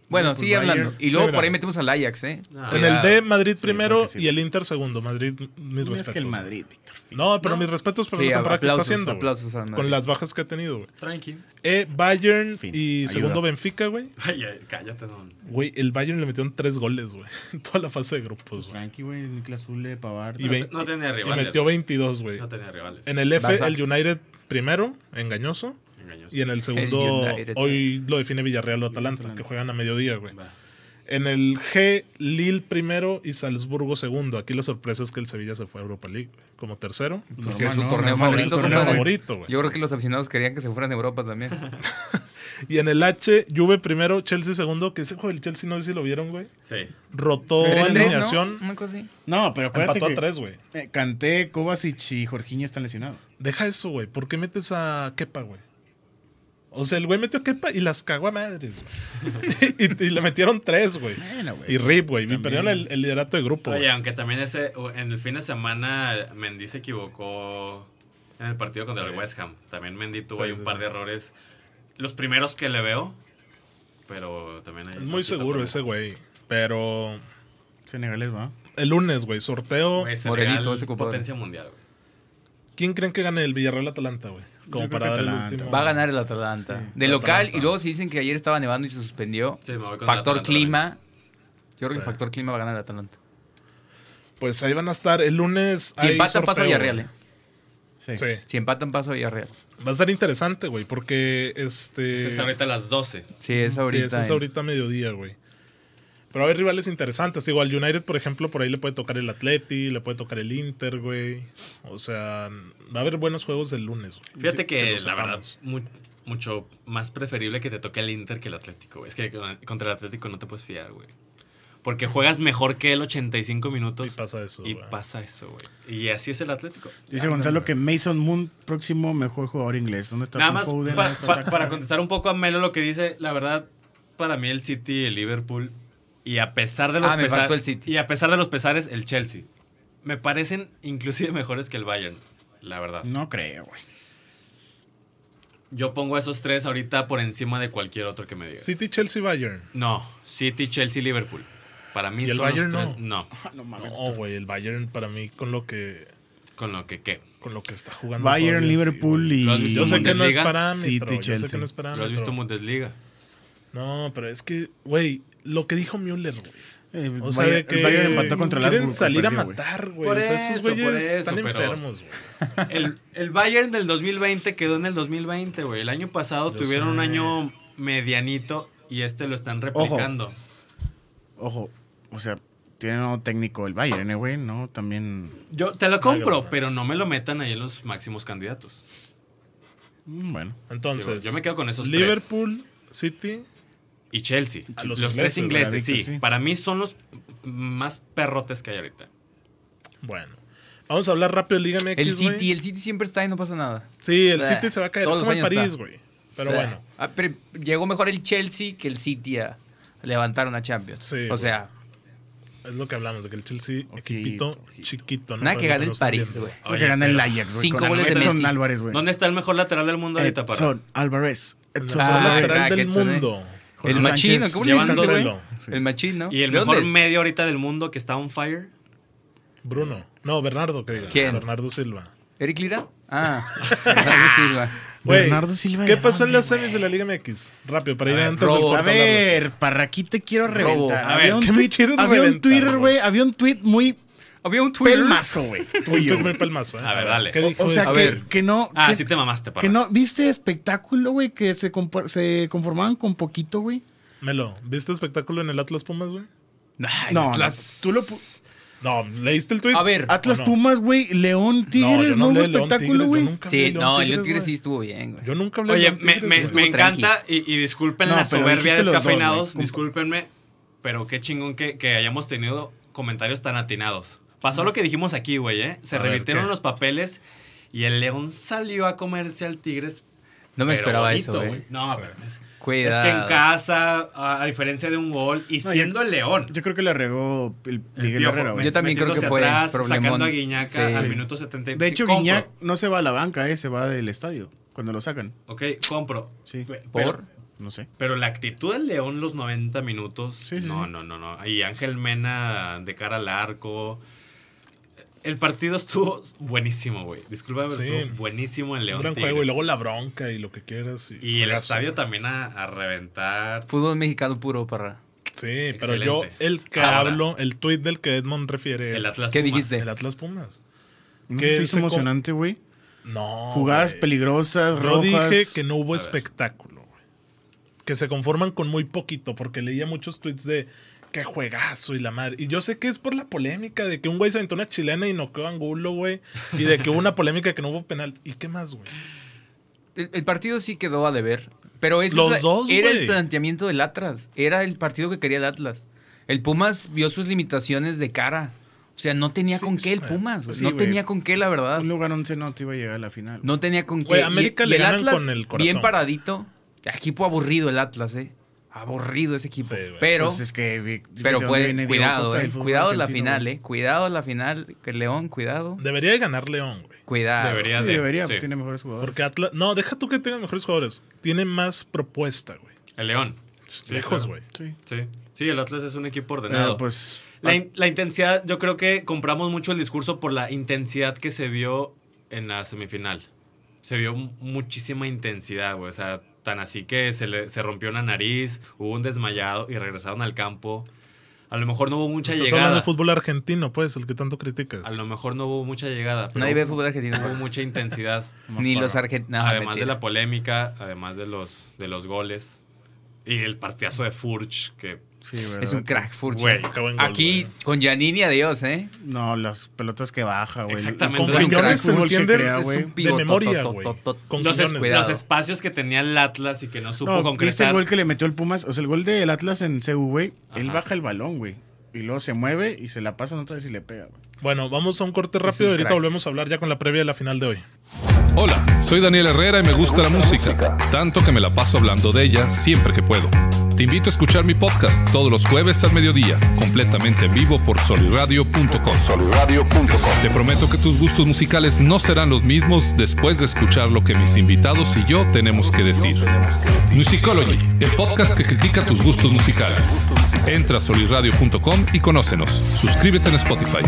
D: Bueno,
B: Liverpool,
D: sigue hablando.
B: Bayern.
D: Y luego
A: Sí,
D: por ahí
A: mira.
D: metemos al Ajax, eh.
C: Ah.
A: En el D, Madrid
B: Sí, creo
A: primero
B: que sí,
A: y
B: güey.
A: el Inter segundo. Madrid, mis
B: Es que el
A: respetos.
B: Madrid, Víctor.
A: No, pero mis respetos por
D: Sí,
A: la temporada
D: aplausos,
A: que está haciendo. güey.
D: aplausos al Madrid.
A: con las bajas que ha tenido, güey.
C: Tranqui.
A: E, Bayern
B: Fin,
A: y
B: ayuda.
A: segundo Benfica, güey.
C: *laughs* Ay, ay, cállate, no.
A: Güey, el Bayern le metieron tres goles, güey. *laughs* En toda la fase de grupos, güey.
B: Tranqui, güey. Nicolás Zule, Pavard.
A: Y vein-
C: No tenía
A: Y
C: rivales.
A: metió 22, güey.
C: No tenía rivales.
A: En el F,
D: Barça.
A: el United primero, engañoso.
C: Engañoso.
A: Y en el segundo,
D: United.
A: hoy lo define Villarreal o Atalanta,
B: Atalanta.
A: que juegan a mediodía, güey.
C: Va.
A: En el G, Lille primero y Salzburgo segundo. Aquí la sorpresa es que el Sevilla se fue a Europa League güey, como tercero.
D: Pues que
B: Normal,
D: es su
B: ¿no?
D: torneo
B: Normal,
D: favorito,
A: es su torneo
D: compadre.
A: favorito, güey.
D: Yo creo que los aficionados querían que se fueran a
A: *laughs*
D: Europa también.
A: Y en el H, Juve primero, Chelsea segundo, que ese juego del Chelsea no sé si lo vieron, güey.
C: Sí.
A: Rotó
D: Tres, tres,
A: alineación,
D: ¿no? Una cosa así.
B: No, pero acuérdate
A: empató a
B: que
A: tres, güey.
B: eh, Kanté, Kovacic y Jorginho están lesionados.
A: Deja eso, güey. ¿Por qué metes a Kepa, güey? O sea, el güey metió a Kepa y las cagó a madres, güey. *laughs* y, y le metieron tres, güey.
B: Bueno, güey.
A: Y Rip, güey. Y
B: También.
A: perdieron el, el liderato de grupo,
D: Ah,
C: Oye,
A: güey.
C: aunque también ese, en el fin de semana Mendy se equivocó en el partido contra el West Ham. También Mendy tuvo
A: Sí,
C: ahí
A: sí,
C: un par
A: sí.
C: de errores. Los primeros que le veo, pero también hay
A: Es muy seguro ese güey. Pero
B: Senegalés, va.
A: el lunes, güey, sorteo.
D: Morenito,
C: Morenito,
D: ese
C: ese
D: compadre.
C: Potencia mundial, güey.
A: ¿Quién creen que gane el Villarreal Atalanta, güey? Como
B: Yo creo que
A: para dar el
B: Atalanta.
A: último.
D: Va a ganar el Atalanta.
B: Sí,
D: de local, y luego se dicen que ayer estaba nevando y se suspendió.
C: Sí, me voy con el
D: factor
C: Atalanta
D: clima. Yo creo que
A: Sí.
D: factor clima va a ganar el Atalanta.
A: Pues ahí van a estar el lunes.
D: Si
A: hay
D: empatan,
A: sorteo,
D: pasa Villarreal,
A: güey.
D: eh.
B: Sí.
A: Sí.
D: Si empatan, pasa Villarreal.
A: Va a estar interesante, güey, porque
C: Ese
A: este.
C: es ahorita a las 12.
D: Sí, es
A: Sí,
D: ahorita.
A: ese es
D: eh.
A: ahorita a mediodía, güey. Pero hay rivales interesantes. Digo, al United, por ejemplo, por ahí le puede tocar el Atleti, le puede tocar el Inter, güey. O sea, va a haber buenos juegos el lunes. güey.
C: Fíjate
A: Sí,
C: que,
A: nos
C: la verdad,
A: sepamos.
C: mu- mucho más preferible que te toque el Inter que el Atlético, güey. Es que con- contra el Atlético no te puedes fiar, güey. Porque juegas mejor que el 85 minutos.
A: Y pasa eso,
C: pues, Y
A: güey.
C: pasa eso, güey. Y así es el Atlético.
B: Dice Gonzalo que Mason Moon, próximo mejor jugador inglés. ¿Dónde está
C: Nada
B: Phil
C: más
B: Foden?
C: pa-
B: ¿Dónde está
C: pa-
B: Saka?
C: para contestar un poco a Melo lo que dice, la verdad, para mí el City, el Liverpool, y a pesar de los
D: Ah, me
C: pesa-
D: faltó el City.
C: Y a pesar de los pesares, el Chelsea. Me parecen inclusive mejores que el Bayern, la verdad.
B: No creo, güey.
C: Yo pongo a esos tres ahorita por encima de cualquier otro que me digas.
A: City, Chelsea, Bayern.
C: No, City, Chelsea, Liverpool. Para mí
A: ¿Y el
C: son los
A: Bayern no?
C: tres- No.
B: No mames.
A: No, güey, el Bayern para mí con lo que
C: con lo que qué.
A: con lo que está jugando.
B: Bayern,
A: todavía, sí,
B: Liverpool
A: güey.
B: y.
C: ¿Lo has visto
A: Yo sé que no es
C: Bundesliga,
A: parámetro.
B: City,
A: yo sé que
B: Chelsea.
A: Ah, no es parámetro.
C: Lo has visto en Bundesliga.
A: No, pero es que, güey, lo que dijo Müller, güey.
B: Eh,
A: O sea,
B: Bayern-
A: de que
B: el Bayern empató contra el
A: quieren
B: Augsburg,
A: salir a
B: perdió, güey.
A: matar, güey.
C: Por
A: O sea, esos
C: eso, por
A: güeyes
C: eso,
A: están
C: pero-
A: enfermos, güey.
C: El, el Bayern del 2020 quedó en el 2020, güey. El año pasado
A: Yo
C: tuvieron un
A: sé.
C: año medianito y este lo están replicando.
B: Ojo, o sea, tiene nuevo técnico el Bayern, eh, güey, ¿no? También.
C: Yo te lo compro,
A: Claro.
C: pero no me lo metan ahí en los máximos candidatos.
B: mm, Bueno.
A: Entonces,
C: Yo me quedo con esos tres.
A: Liverpool, City,
C: Y Chelsea.
A: A
C: Los,
A: los
C: tres ingleses,
A: ingleses,
B: ¿verdad,
C: sí.
B: Víctor? Sí.
C: Para mí son los más perrotes que hay ahorita.
A: bueno. Vamos a hablar rápido de Liga MX,
D: El
A: güey.
D: City, el City siempre está y no pasa nada.
A: Sí, el
D: Bleh.
A: City se va a caer.
D: Todos
A: Es como
D: los
A: el París,
D: años está.
A: güey. Pero
D: O sea,
A: bueno.
D: ah, pero llegó mejor el Chelsea que el City a levantar una Champions.
A: Sí,
D: o
A: güey.
D: sea,
A: Es lo que hablamos, de que el Chelsea,
B: Ojito,
A: equipito,
B: ojito.
A: chiquito. ¿no?
D: nada
A: Para
D: que
A: los
D: gane
A: no
D: el
A: están
D: París,
A: viendo.
D: güey.
B: Lo que gana el Ajax, güey.
D: cinco
B: con
D: goles de
B: Edson
D: Messi.
B: Álvarez, güey. Eh,
C: ¿Dónde está el mejor lateral del mundo ahorita para?
B: Edson Álvarez.
A: El
B: Edson
A: mejor
D: Ah,
A: lateral
B: Álvarez.
D: crack,
A: del
D: Edson, eh.
A: mundo.
D: El
B: Jorge
D: machino,
B: Sánchez,
D: qué bonito,
A: Llevándoselo.
D: güey.
B: Sí.
D: El machino.
C: Y el
D: ¿De
C: mejor
D: dónde es?
C: medio ahorita del mundo que está on fire.
A: Bruno. No, Bernardo, que diga.
D: ¿Quién?
A: Bernardo Silva.
D: ¿Eric Lira?
C: *laughs*
D: Ah, *laughs* Bernardo Silva.
A: Güey,
B: Bernardo Silva,
A: ¿Qué
B: ¿de
A: pasó en
B: dónde,
A: las semis de la Liga MX? Rápido, para ir
C: ver,
A: antes del
D: robo.
A: cuarto
B: A
A: hablar de eso.
B: ver, para aquí te quiero
D: Robo.
B: reventar.
C: A ver,
B: Había un
A: ¿qué me
B: tweet-
A: quieres
B: había un
A: reventar,
B: Twitter,
A: güey?
B: güey. Había un tweet muy
D: Había un Twitter.
B: pelmazo, *laughs* güey.
A: Un
B: tuyo,
A: tuit muy
B: güey.
A: palmazo. ¿eh?
C: A ver, dale.
A: ¿Qué dijo
B: O sea,
A: eso?
D: A
B: que,
D: ver.
B: que no.
C: Ah,
B: que-
C: sí te mamaste, para.
B: Que no, ¿viste espectáculo, güey? Que se, compor- se conformaban con poquito, güey.
A: Melo, ¿viste espectáculo en el Atlas Pumas, güey?
D: Ay,
B: No,
D: Atlas.
B: no, tú lo pu-
A: No, ¿leíste el tweet?
D: A ver.
B: Atlas
A: ¿O no?
B: Pumas, güey. León Tigres, no,
A: yo
B: hubo
A: hablé de León
B: espectáculo,
A: Tigres,
B: güey.
A: yo nunca hablé de
D: Sí,
A: León
D: no, el León Tigres
A: güey.
D: sí estuvo bien, güey.
A: Yo nunca hablé de
C: Oye,
A: León
C: me,
A: Tigres,
C: me-
A: güey.
C: me
D: Estuvo
C: encanta y, y disculpen
B: No,
C: la
B: pero
C: soberbia
B: dijiste
C: de
B: los dos,
C: descafeinados.
B: güey.
C: discúlpenme, pero qué chingón que, que hayamos tenido comentarios tan atinados. Pasó lo que dijimos aquí, güey, ¿eh? Se
A: A ver,
C: revirtieron
A: ¿qué?
C: los papeles y el león salió a comerse al Tigres.
D: No me
C: pero
D: esperaba
C: bonito,
D: eso, güey.
C: güey. No, pero es, es
D: Cuidado.
C: que en casa, a, a diferencia de un gol, y
B: No,
C: siendo
B: yo-
C: el león.
B: Yo creo que la regó el
C: el
B: Miguel
C: Piojo,
B: Herrera, güey.
D: Yo también creo que
C: metiéndose
D: fue
C: atrás,
D: problemón.
C: Sacando a Guiñaca
D: Sí.
C: al
D: Sí.
C: minuto 75.
B: De hecho,
C: compro.
B: Guiñac no se va a la banca, eh, se va del estadio cuando lo sacan.
C: Ok, compro.
B: Sí.
C: Pe-
D: ¿Por?
C: pero-
B: No sé.
C: Pero la actitud del León los 90 minutos.
B: Sí, sí,
C: no,
B: sí.
C: no, no, no. Y Ángel Mena de cara al arco. El partido estuvo buenísimo, güey. Disculpa, pero
A: Sí.
C: estuvo buenísimo el León.
A: Un gran
C: Tigres.
A: juego y luego la bronca y lo que quieras. Y,
C: Y el
A: juegazo.
C: estadio también a, a reventar.
D: Fútbol mexicano puro, parra.
A: Sí, pero yo,
C: Excelente.
A: el que
C: Ahora.
A: hablo, el tweet del que Edmond refiere es
C: El Atlas
D: ¿Qué
C: Pumas.
D: dijiste?
A: el Atlas Pumas.
B: No
A: Que
B: sé, es
A: se com-
B: emocionante, güey.
A: No.
B: Jugadas
A: güey.
B: peligrosas,
A: Yo
B: rojas.
A: dije que no hubo
C: A ver.
A: espectáculo, güey. Que se conforman con muy poquito, porque leía muchos tweets de qué juegazo y la madre. Y yo sé que es por la polémica de que un güey se aventó una chilena y noqueó a Angulo, güey. Y de que hubo una polémica que no hubo penal. ¿Y qué más, güey?
D: El, el partido sí quedó a deber. Pero ese
A: Los
D: era-
A: dos,
D: era el
A: güey.
D: planteamiento del Atlas. Era el partido que quería el Atlas. El Pumas vio sus limitaciones de cara. O sea, no tenía
A: Sí,
D: con qué el
A: sí,
D: Pumas. güey.
B: sí,
D: no
B: güey.
D: tenía con qué, la verdad.
B: Un lugar 11 no te iba a llegar a la final.
D: No tenía con qué.
A: Güey,
D: Y-
A: América
D: y,
A: le
D: el
A: ganan
D: Atlas,
A: con el corazón.
D: bien paradito. Equipo aburrido el Atlas, ¿eh? Aburrido ese equipo.
A: Sí, güey.
D: pero
B: Pues es que, vi-
D: pero
B: fíjate dónde
D: puede,
B: viene
D: cuidado,
B: Diego Coca
D: eh.
B: del fútbol
D: Cuidado la
B: argentino,
D: final,
B: güey.
D: eh. Cuidado la final. que León, cuidado.
A: Debería de ganar León, güey.
D: Cuidado.
C: Debería
B: Sí,
C: de.
B: debería,
C: sí.
B: tiene mejores jugadores.
A: Porque Atlas. No, deja tú que tenga mejores jugadores. Tiene más propuesta, güey.
C: El León.
A: Lejos, güey.
B: Sí.
C: Sí. Sí, el Atlas es un equipo
B: Pero,
D: Ah,
C: ordenado.
B: pues.
A: Ah.
C: La, in- la intensidad, yo creo que compramos mucho el discurso por la intensidad que se vio en la semifinal. Se vio mu- muchísima intensidad, güey. O sea, tan así que se, le- se rompió una nariz, hubo un desmayado y regresaron al campo. A lo mejor no hubo mucha
A: Estás hablando de
C: llegada.
A: fútbol argentino, pues, el que tanto criticas.
C: A lo mejor no hubo mucha llegada. pero
D: Nadie ve
A: *laughs*
D: fútbol argentino.
C: Hubo mucha
D: *laughs*
C: intensidad.
D: Ni los argentinos.
C: además de la polémica, además de los, de los goles. Y el partidazo de Furch, que
B: Sí,
D: Es un crack, Furch.
C: Güey,
A: qué buen gol,
D: Aquí,
A: güey.
D: con Giannini, adiós, ¿eh?
B: No, las pelotas que baja, güey.
C: Exactamente.
A: Con
C: Es un
A: Quiñones
B: crack,
A: te
B: fútbol que
A: defiendes
B: crea,
A: de
B: güey.
D: un pivototototot.
A: memoria, güey. Con
C: los, es-
A: Quiñones.
D: Cuidado.
C: los espacios que tenía el Atlas y que no supo
B: No, ¿viste el
C: concretar.
B: gol que le metió el Pumas? O sea, el gol del Atlas en CU, güey. Él
C: Ajá.
B: baja el balón, güey. Y luego se mueve y se la pasan otra vez y le pega, güey.
A: Bueno, vamos a un corte rápido y
D: un
A: ahorita
D: crack.
A: volvemos a hablar ya con la previa de la final de hoy.
E: Hola, soy Daniel Herrera y me gusta la música, tanto que me la paso hablando de ella siempre que puedo. Te invito a escuchar mi podcast todos los jueves al mediodía, completamente en vivo por soliradio.com.
F: Soliradio.com.
E: Te prometo que tus gustos musicales no serán los mismos después de escuchar lo que mis invitados y yo tenemos que decir. Musicology, el podcast que critica tus gustos musicales. Entra a soliradio.com y conócenos. Suscríbete en Spotify.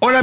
G: Hola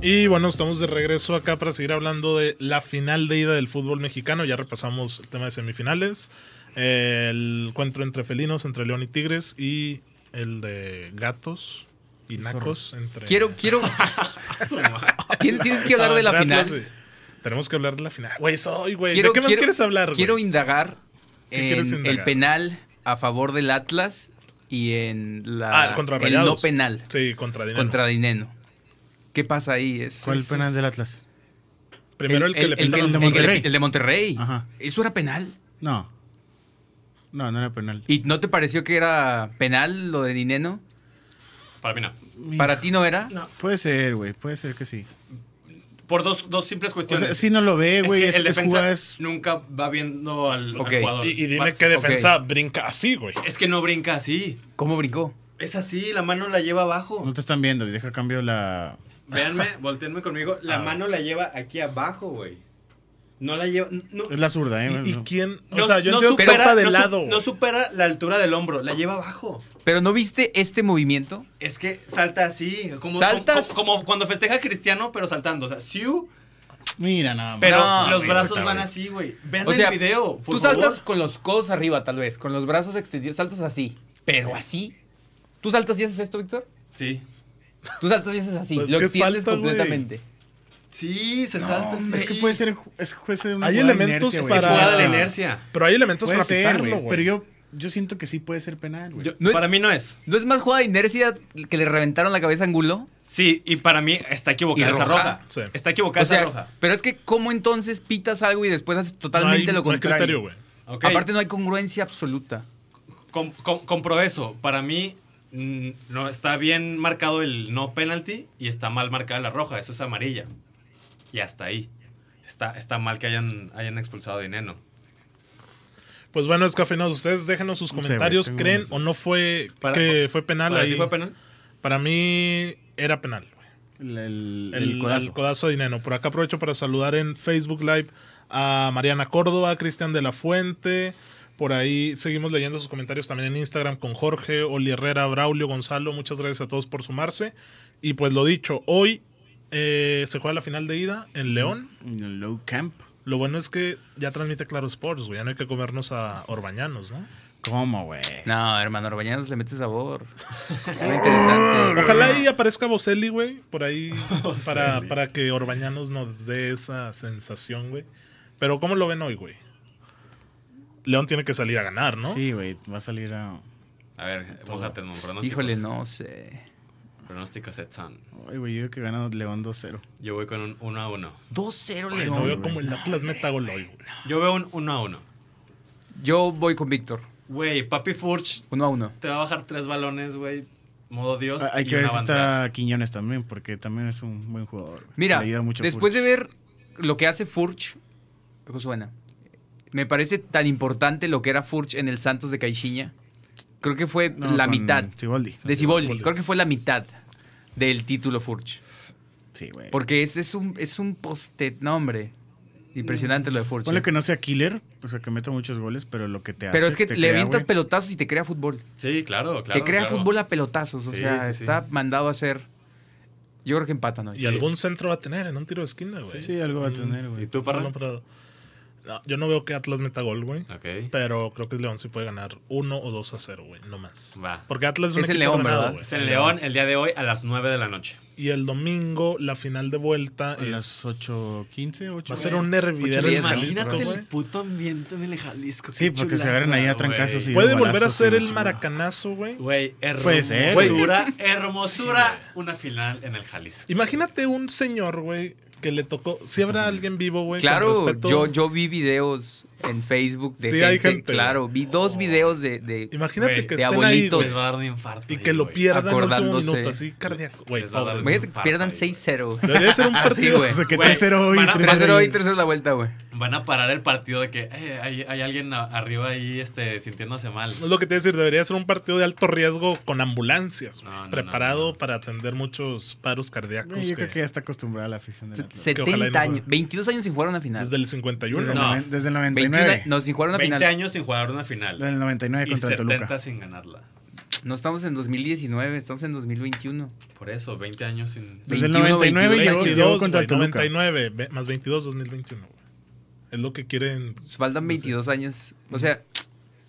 A: Y bueno, estamos de regreso acá para seguir hablando de la final de ida del fútbol mexicano. Ya repasamos el tema de semifinales, eh, el encuentro entre felinos, entre León y Tigres, y el de gatos y nacos entre.
D: Quiero, quiero. Tien-
A: *laughs*
D: Tienes que hablar
A: No,
D: de la
A: entre Atlas
D: final.
A: y- Tenemos que hablar de la final. Güey, soy, güey. ¿De
D: Quiero-
A: qué más
D: quiero-
A: quieres hablar, güey?
D: Quiero indagar
A: ¿Qué
D: en
A: quieres indagar?
D: el penal a favor del Atlas y en
A: Ah,
D: la,
A: el contra
D: el no
A: Rayados.
D: penal
A: Sí, contra Dinero.
D: contra Dineno. ¿Qué pasa ahí? Es,
B: ¿Cuál
D: es-
B: penal del Atlas?
A: Primero el, que le
D: el,
A: pintaron
D: el de
B: de
D: Monterrey.
B: Monterrey.
D: El de Monterrey.
B: Ajá.
D: Eso era penal.
B: No. No, no era penal.
D: ¿Y no te pareció que era penal lo de Dineno?
C: Para mí no.
D: ¿Para ti no era?
B: Puede ser, güey. Puede ser que sí.
C: Por dos, dos simples
B: O
C: cuestiones.
B: sea, si no lo ve,
C: Es
B: güey.
C: que
B: Es,
C: el
B: es
C: defensa
B: jugadas-
C: nunca va viendo al, al
D: Ok.
C: jugador.
A: Y, y dime
C: Vas-
A: qué
D: ok.
A: defensa brinca así, güey.
C: Es que no brinca así.
D: ¿Cómo brincó?
C: Es así, la mano la lleva abajo.
B: No te están viendo. Y deja cambio la...
C: Véanme, volteenme conmigo. La
A: Ah.
C: mano la lleva aquí abajo, güey. No la lleva. No,
B: Es la zurda, ¿eh?
A: ¿Y, y
B: No.
A: quién? O
C: no-
A: sea, yo
C: no
A: entiendo que
C: supera-
A: salta de
C: no su-
A: lado.
C: No supera la altura del hombro, la lleva abajo.
D: ¿Pero no viste este movimiento?
C: Es que salta así. Como,
D: ¿Saltas?
C: Como, como cuando festeja Cristiano, pero saltando. O sea, siu,
B: Mira, nada más.
C: pero
D: No,
C: los
D: güey,
C: brazos
B: está
C: van
B: bien.
C: así, güey. Vean
D: O sea,
C: el video. por
D: Tú saltas
C: favor.
D: con los codos arriba, tal vez, con los brazos extendidos, saltas así, pero así. ¿Tú saltas y haces esto, Víctor?
C: Sí.
D: Tú saltas y haces así,
A: Pues
D: lo
A: que
D: extiendes
A: falta, güey.
D: completamente.
C: Sí, se salta. así.
B: Es que puede ser... ju- Es, puede ser una
A: Hay
B: jugada de
A: elementos
B: inercia, güey.
C: Es
A: para-
C: jugada de la inercia.
A: Pero hay elementos
B: Puede
A: para
B: ser,
A: pitarlo,
B: güey.
A: güey.
B: Pero yo, yo siento que sí puede ser penal, güey.
C: Yo-
D: No es-
C: para mí no es.
D: ¿No es más jugada de inercia que le reventaron la cabeza a Angulo?
C: Sí, y para mí está equivocada
D: ¿Y
C: esa
D: roja?
C: roja.
A: Sí.
C: Está equivocada
D: O
C: esa
D: sea,
C: roja.
D: pero es que ¿cómo entonces pitas algo y después haces
A: No hay-
D: totalmente lo
A: no hay
D: contrario?
A: criterio, güey.
C: Ok.
D: Aparte no hay congruencia absoluta.
C: Com- com- compro eso. Para mí, mm, no está bien marcado el no penalty y está mal marcada la roja. Eso es amarilla. Y hasta ahí. Está, está mal que hayan, hayan expulsado a Dineno.
A: Pues bueno, descafeinados, ustedes déjenos sus
B: No sé,
A: comentarios.
B: güey, tengo
A: ¿Creen
B: unas
A: o no fue
C: Para-
A: que fue penal
C: ¿Para
A: ahí?
C: ti fue penal?
A: Para mí era penal. güey.
B: El, el,
A: El, el codazo. de Dineno. Por acá aprovecho para saludar en Facebook Live a Mariana Córdoba, Cristian de la Fuente. Por ahí seguimos leyendo sus comentarios también en Instagram con Jorge, Oli Herrera, Braulio, Gonzalo. Muchas gracias a todos por sumarse. Y pues lo dicho, hoy eh, se juega la final de ida en León.
B: En el low camp.
A: Lo bueno es que ya transmite Claro Sports, güey. Ya no hay que comernos a Orbañanos, ¿no?
B: ¿Cómo, güey?
D: No, hermano, Orbañanos le mete sabor. Es muy interesante.
A: Ojalá ahí aparezca Boselli, güey, por ahí, para, para que Orbañanos nos dé esa sensación, güey. Pero ¿cómo lo ven hoy, güey? León tiene que salir a ganar, ¿no?
B: Sí, güey, va a salir a.
C: A ver, mójate en un pronóstico.
D: Híjole, no sé.
C: Pronósticos Edson.
B: Ay, güey, yo creo que gana León 2-0.
C: Yo voy con un 1 a 1.
D: 2-0
A: Ay,
D: León.
A: no veo como el Atlas meta gol hoy, güey.
C: Yo veo un 1 a 1.
D: Yo voy con Víctor.
C: Güey, Papi Furch
D: 1 a 1.
C: te va a bajar tres balones, güey. Modo Dios.
B: Ah, Hay
C: y
B: que ver
C: una
B: si
C: bandeja.
B: está Quiñones también, porque también es un buen jugador. güey.
D: Mira,
B: Le ayuda mucho a
D: después
B: Furch.
D: de ver lo que hace Furch, ojo, suena. Me parece tan importante lo que era Furch en el Santos de Caixinha. Creo que fue
B: No,
D: la
B: con
D: mitad.
B: Siboldi.
D: De Siboldi. Creo que fue la mitad del título Furch.
B: Sí, güey.
D: Porque es, es un, es un poste. No, hombre. Impresionante lo de Furch.
B: Ponle
D: ¿eh?
B: que no sea killer, o sea, que meta muchos goles, pero lo que te hace.
D: Pero es que
B: te
D: le
B: crea,
D: avientas
B: güey.
D: pelotazos y te crea fútbol.
C: Sí, claro, claro.
D: te crea
C: claro.
D: fútbol a pelotazos. O
C: Sí,
D: sea,
C: sí, sí.
D: está mandado a ser. Yo creo que empatan hoy.
A: Y algún centro va a tener en un tiro de esquina, güey.
B: Sí, algo
D: Mm.
B: va a tener,
C: ¿Y
B: güey.
C: tú, Parra?
A: No, pero- no, yo no veo que Atlas meta gol, güey.
C: Ok.
A: Pero creo que León sí puede ganar 1 o 2 a 0, güey, no más.
C: Va.
A: Porque Atlas es un
D: Es el
A: equipo
D: León,
A: ordenado,
D: ¿verdad?
A: güey.
C: Es el León el día de hoy a las 9 de la noche.
A: Y el domingo, la final de vuelta
B: A
A: es.
B: las 8.15, 8.
A: Va a ser un hervidero en Jalisco,
C: Imagínate
A: güey.
C: el puto ambiente en el Jalisco.
B: Sí, porque se agarran ahí a trancazos y.
A: Puede volver a
B: balazos
A: ser
B: y
A: el
B: chingada.
A: maracanazo, güey.
C: Güey,
B: Puede ser, güey.
C: hermosura, hermosura, una final en el Jalisco.
A: Imagínate un señor, güey, que le tocó. Si habrá alguien vivo, güey. con
D: Claro,
A: respeto.
D: yo, yo vi videos en Facebook de
A: Sí,
D: gente,
A: hay gente.
D: Claro, vi dos videos de. de-
A: Imagínate
C: Güey,
A: que
D: de
A: estén
D: abuelitos.
A: ahí
C: Les
A: güey,
C: va a dar un infarto.
A: y
C: ahí,
A: que lo
C: güey.
A: pierdan en el último
D: Acordándose.
A: minuto, así cardíaco. Güey,
C: Les va a dar
A: pobre.
D: Imagínate que
C: Infarto
D: pierdan
C: ahí,
D: 6-0. *laughs*
A: Debería
C: *laughs*
A: ser un
D: Así,
A: partido. *laughs*
D: güey.
B: O sea, que
C: Güey,
B: 3-0 hoy.
C: van a-
B: 3-0
D: 3-0
B: hoy.
D: y 3-0 la vuelta, güey.
C: Van a parar el partido de que eh, hay, hay alguien a- arriba ahí este, sintiéndose mal.
A: Es lo que te iba a decir, debería ser un partido de alto riesgo con ambulancias, güey,
C: No, no,
A: preparado
C: no, no.
A: para atender muchos paros cardíacos.
B: Güey, Yo
A: que-
B: creo que ya está acostumbrada la afición del Atlas.
A: ojalá y no
D: 70 años.
A: juegue.
D: 22 años sin jugar una final.
A: desde el 51.
B: Desde, el
C: No.
B: noven- desde el
D: 21
B: 99.
D: no, sin jugar una
C: 20
D: final.
C: años sin jugar una final.
B: Desde el 99
C: y
B: contra
C: 70
B: Toluca.
C: sin ganarla.
D: No estamos en 2019, estamos en 2021.
C: Por eso, 20 años sin.
B: Desde el
D: 21,
B: 99
D: 22
B: llegó,
D: años.
B: llegó
A: 22,
B: contra
A: güey,
B: Toluca.
A: 99, ve- más 22, 2021. güey. Es lo que quieren.
D: Faltan 22 años. O sea,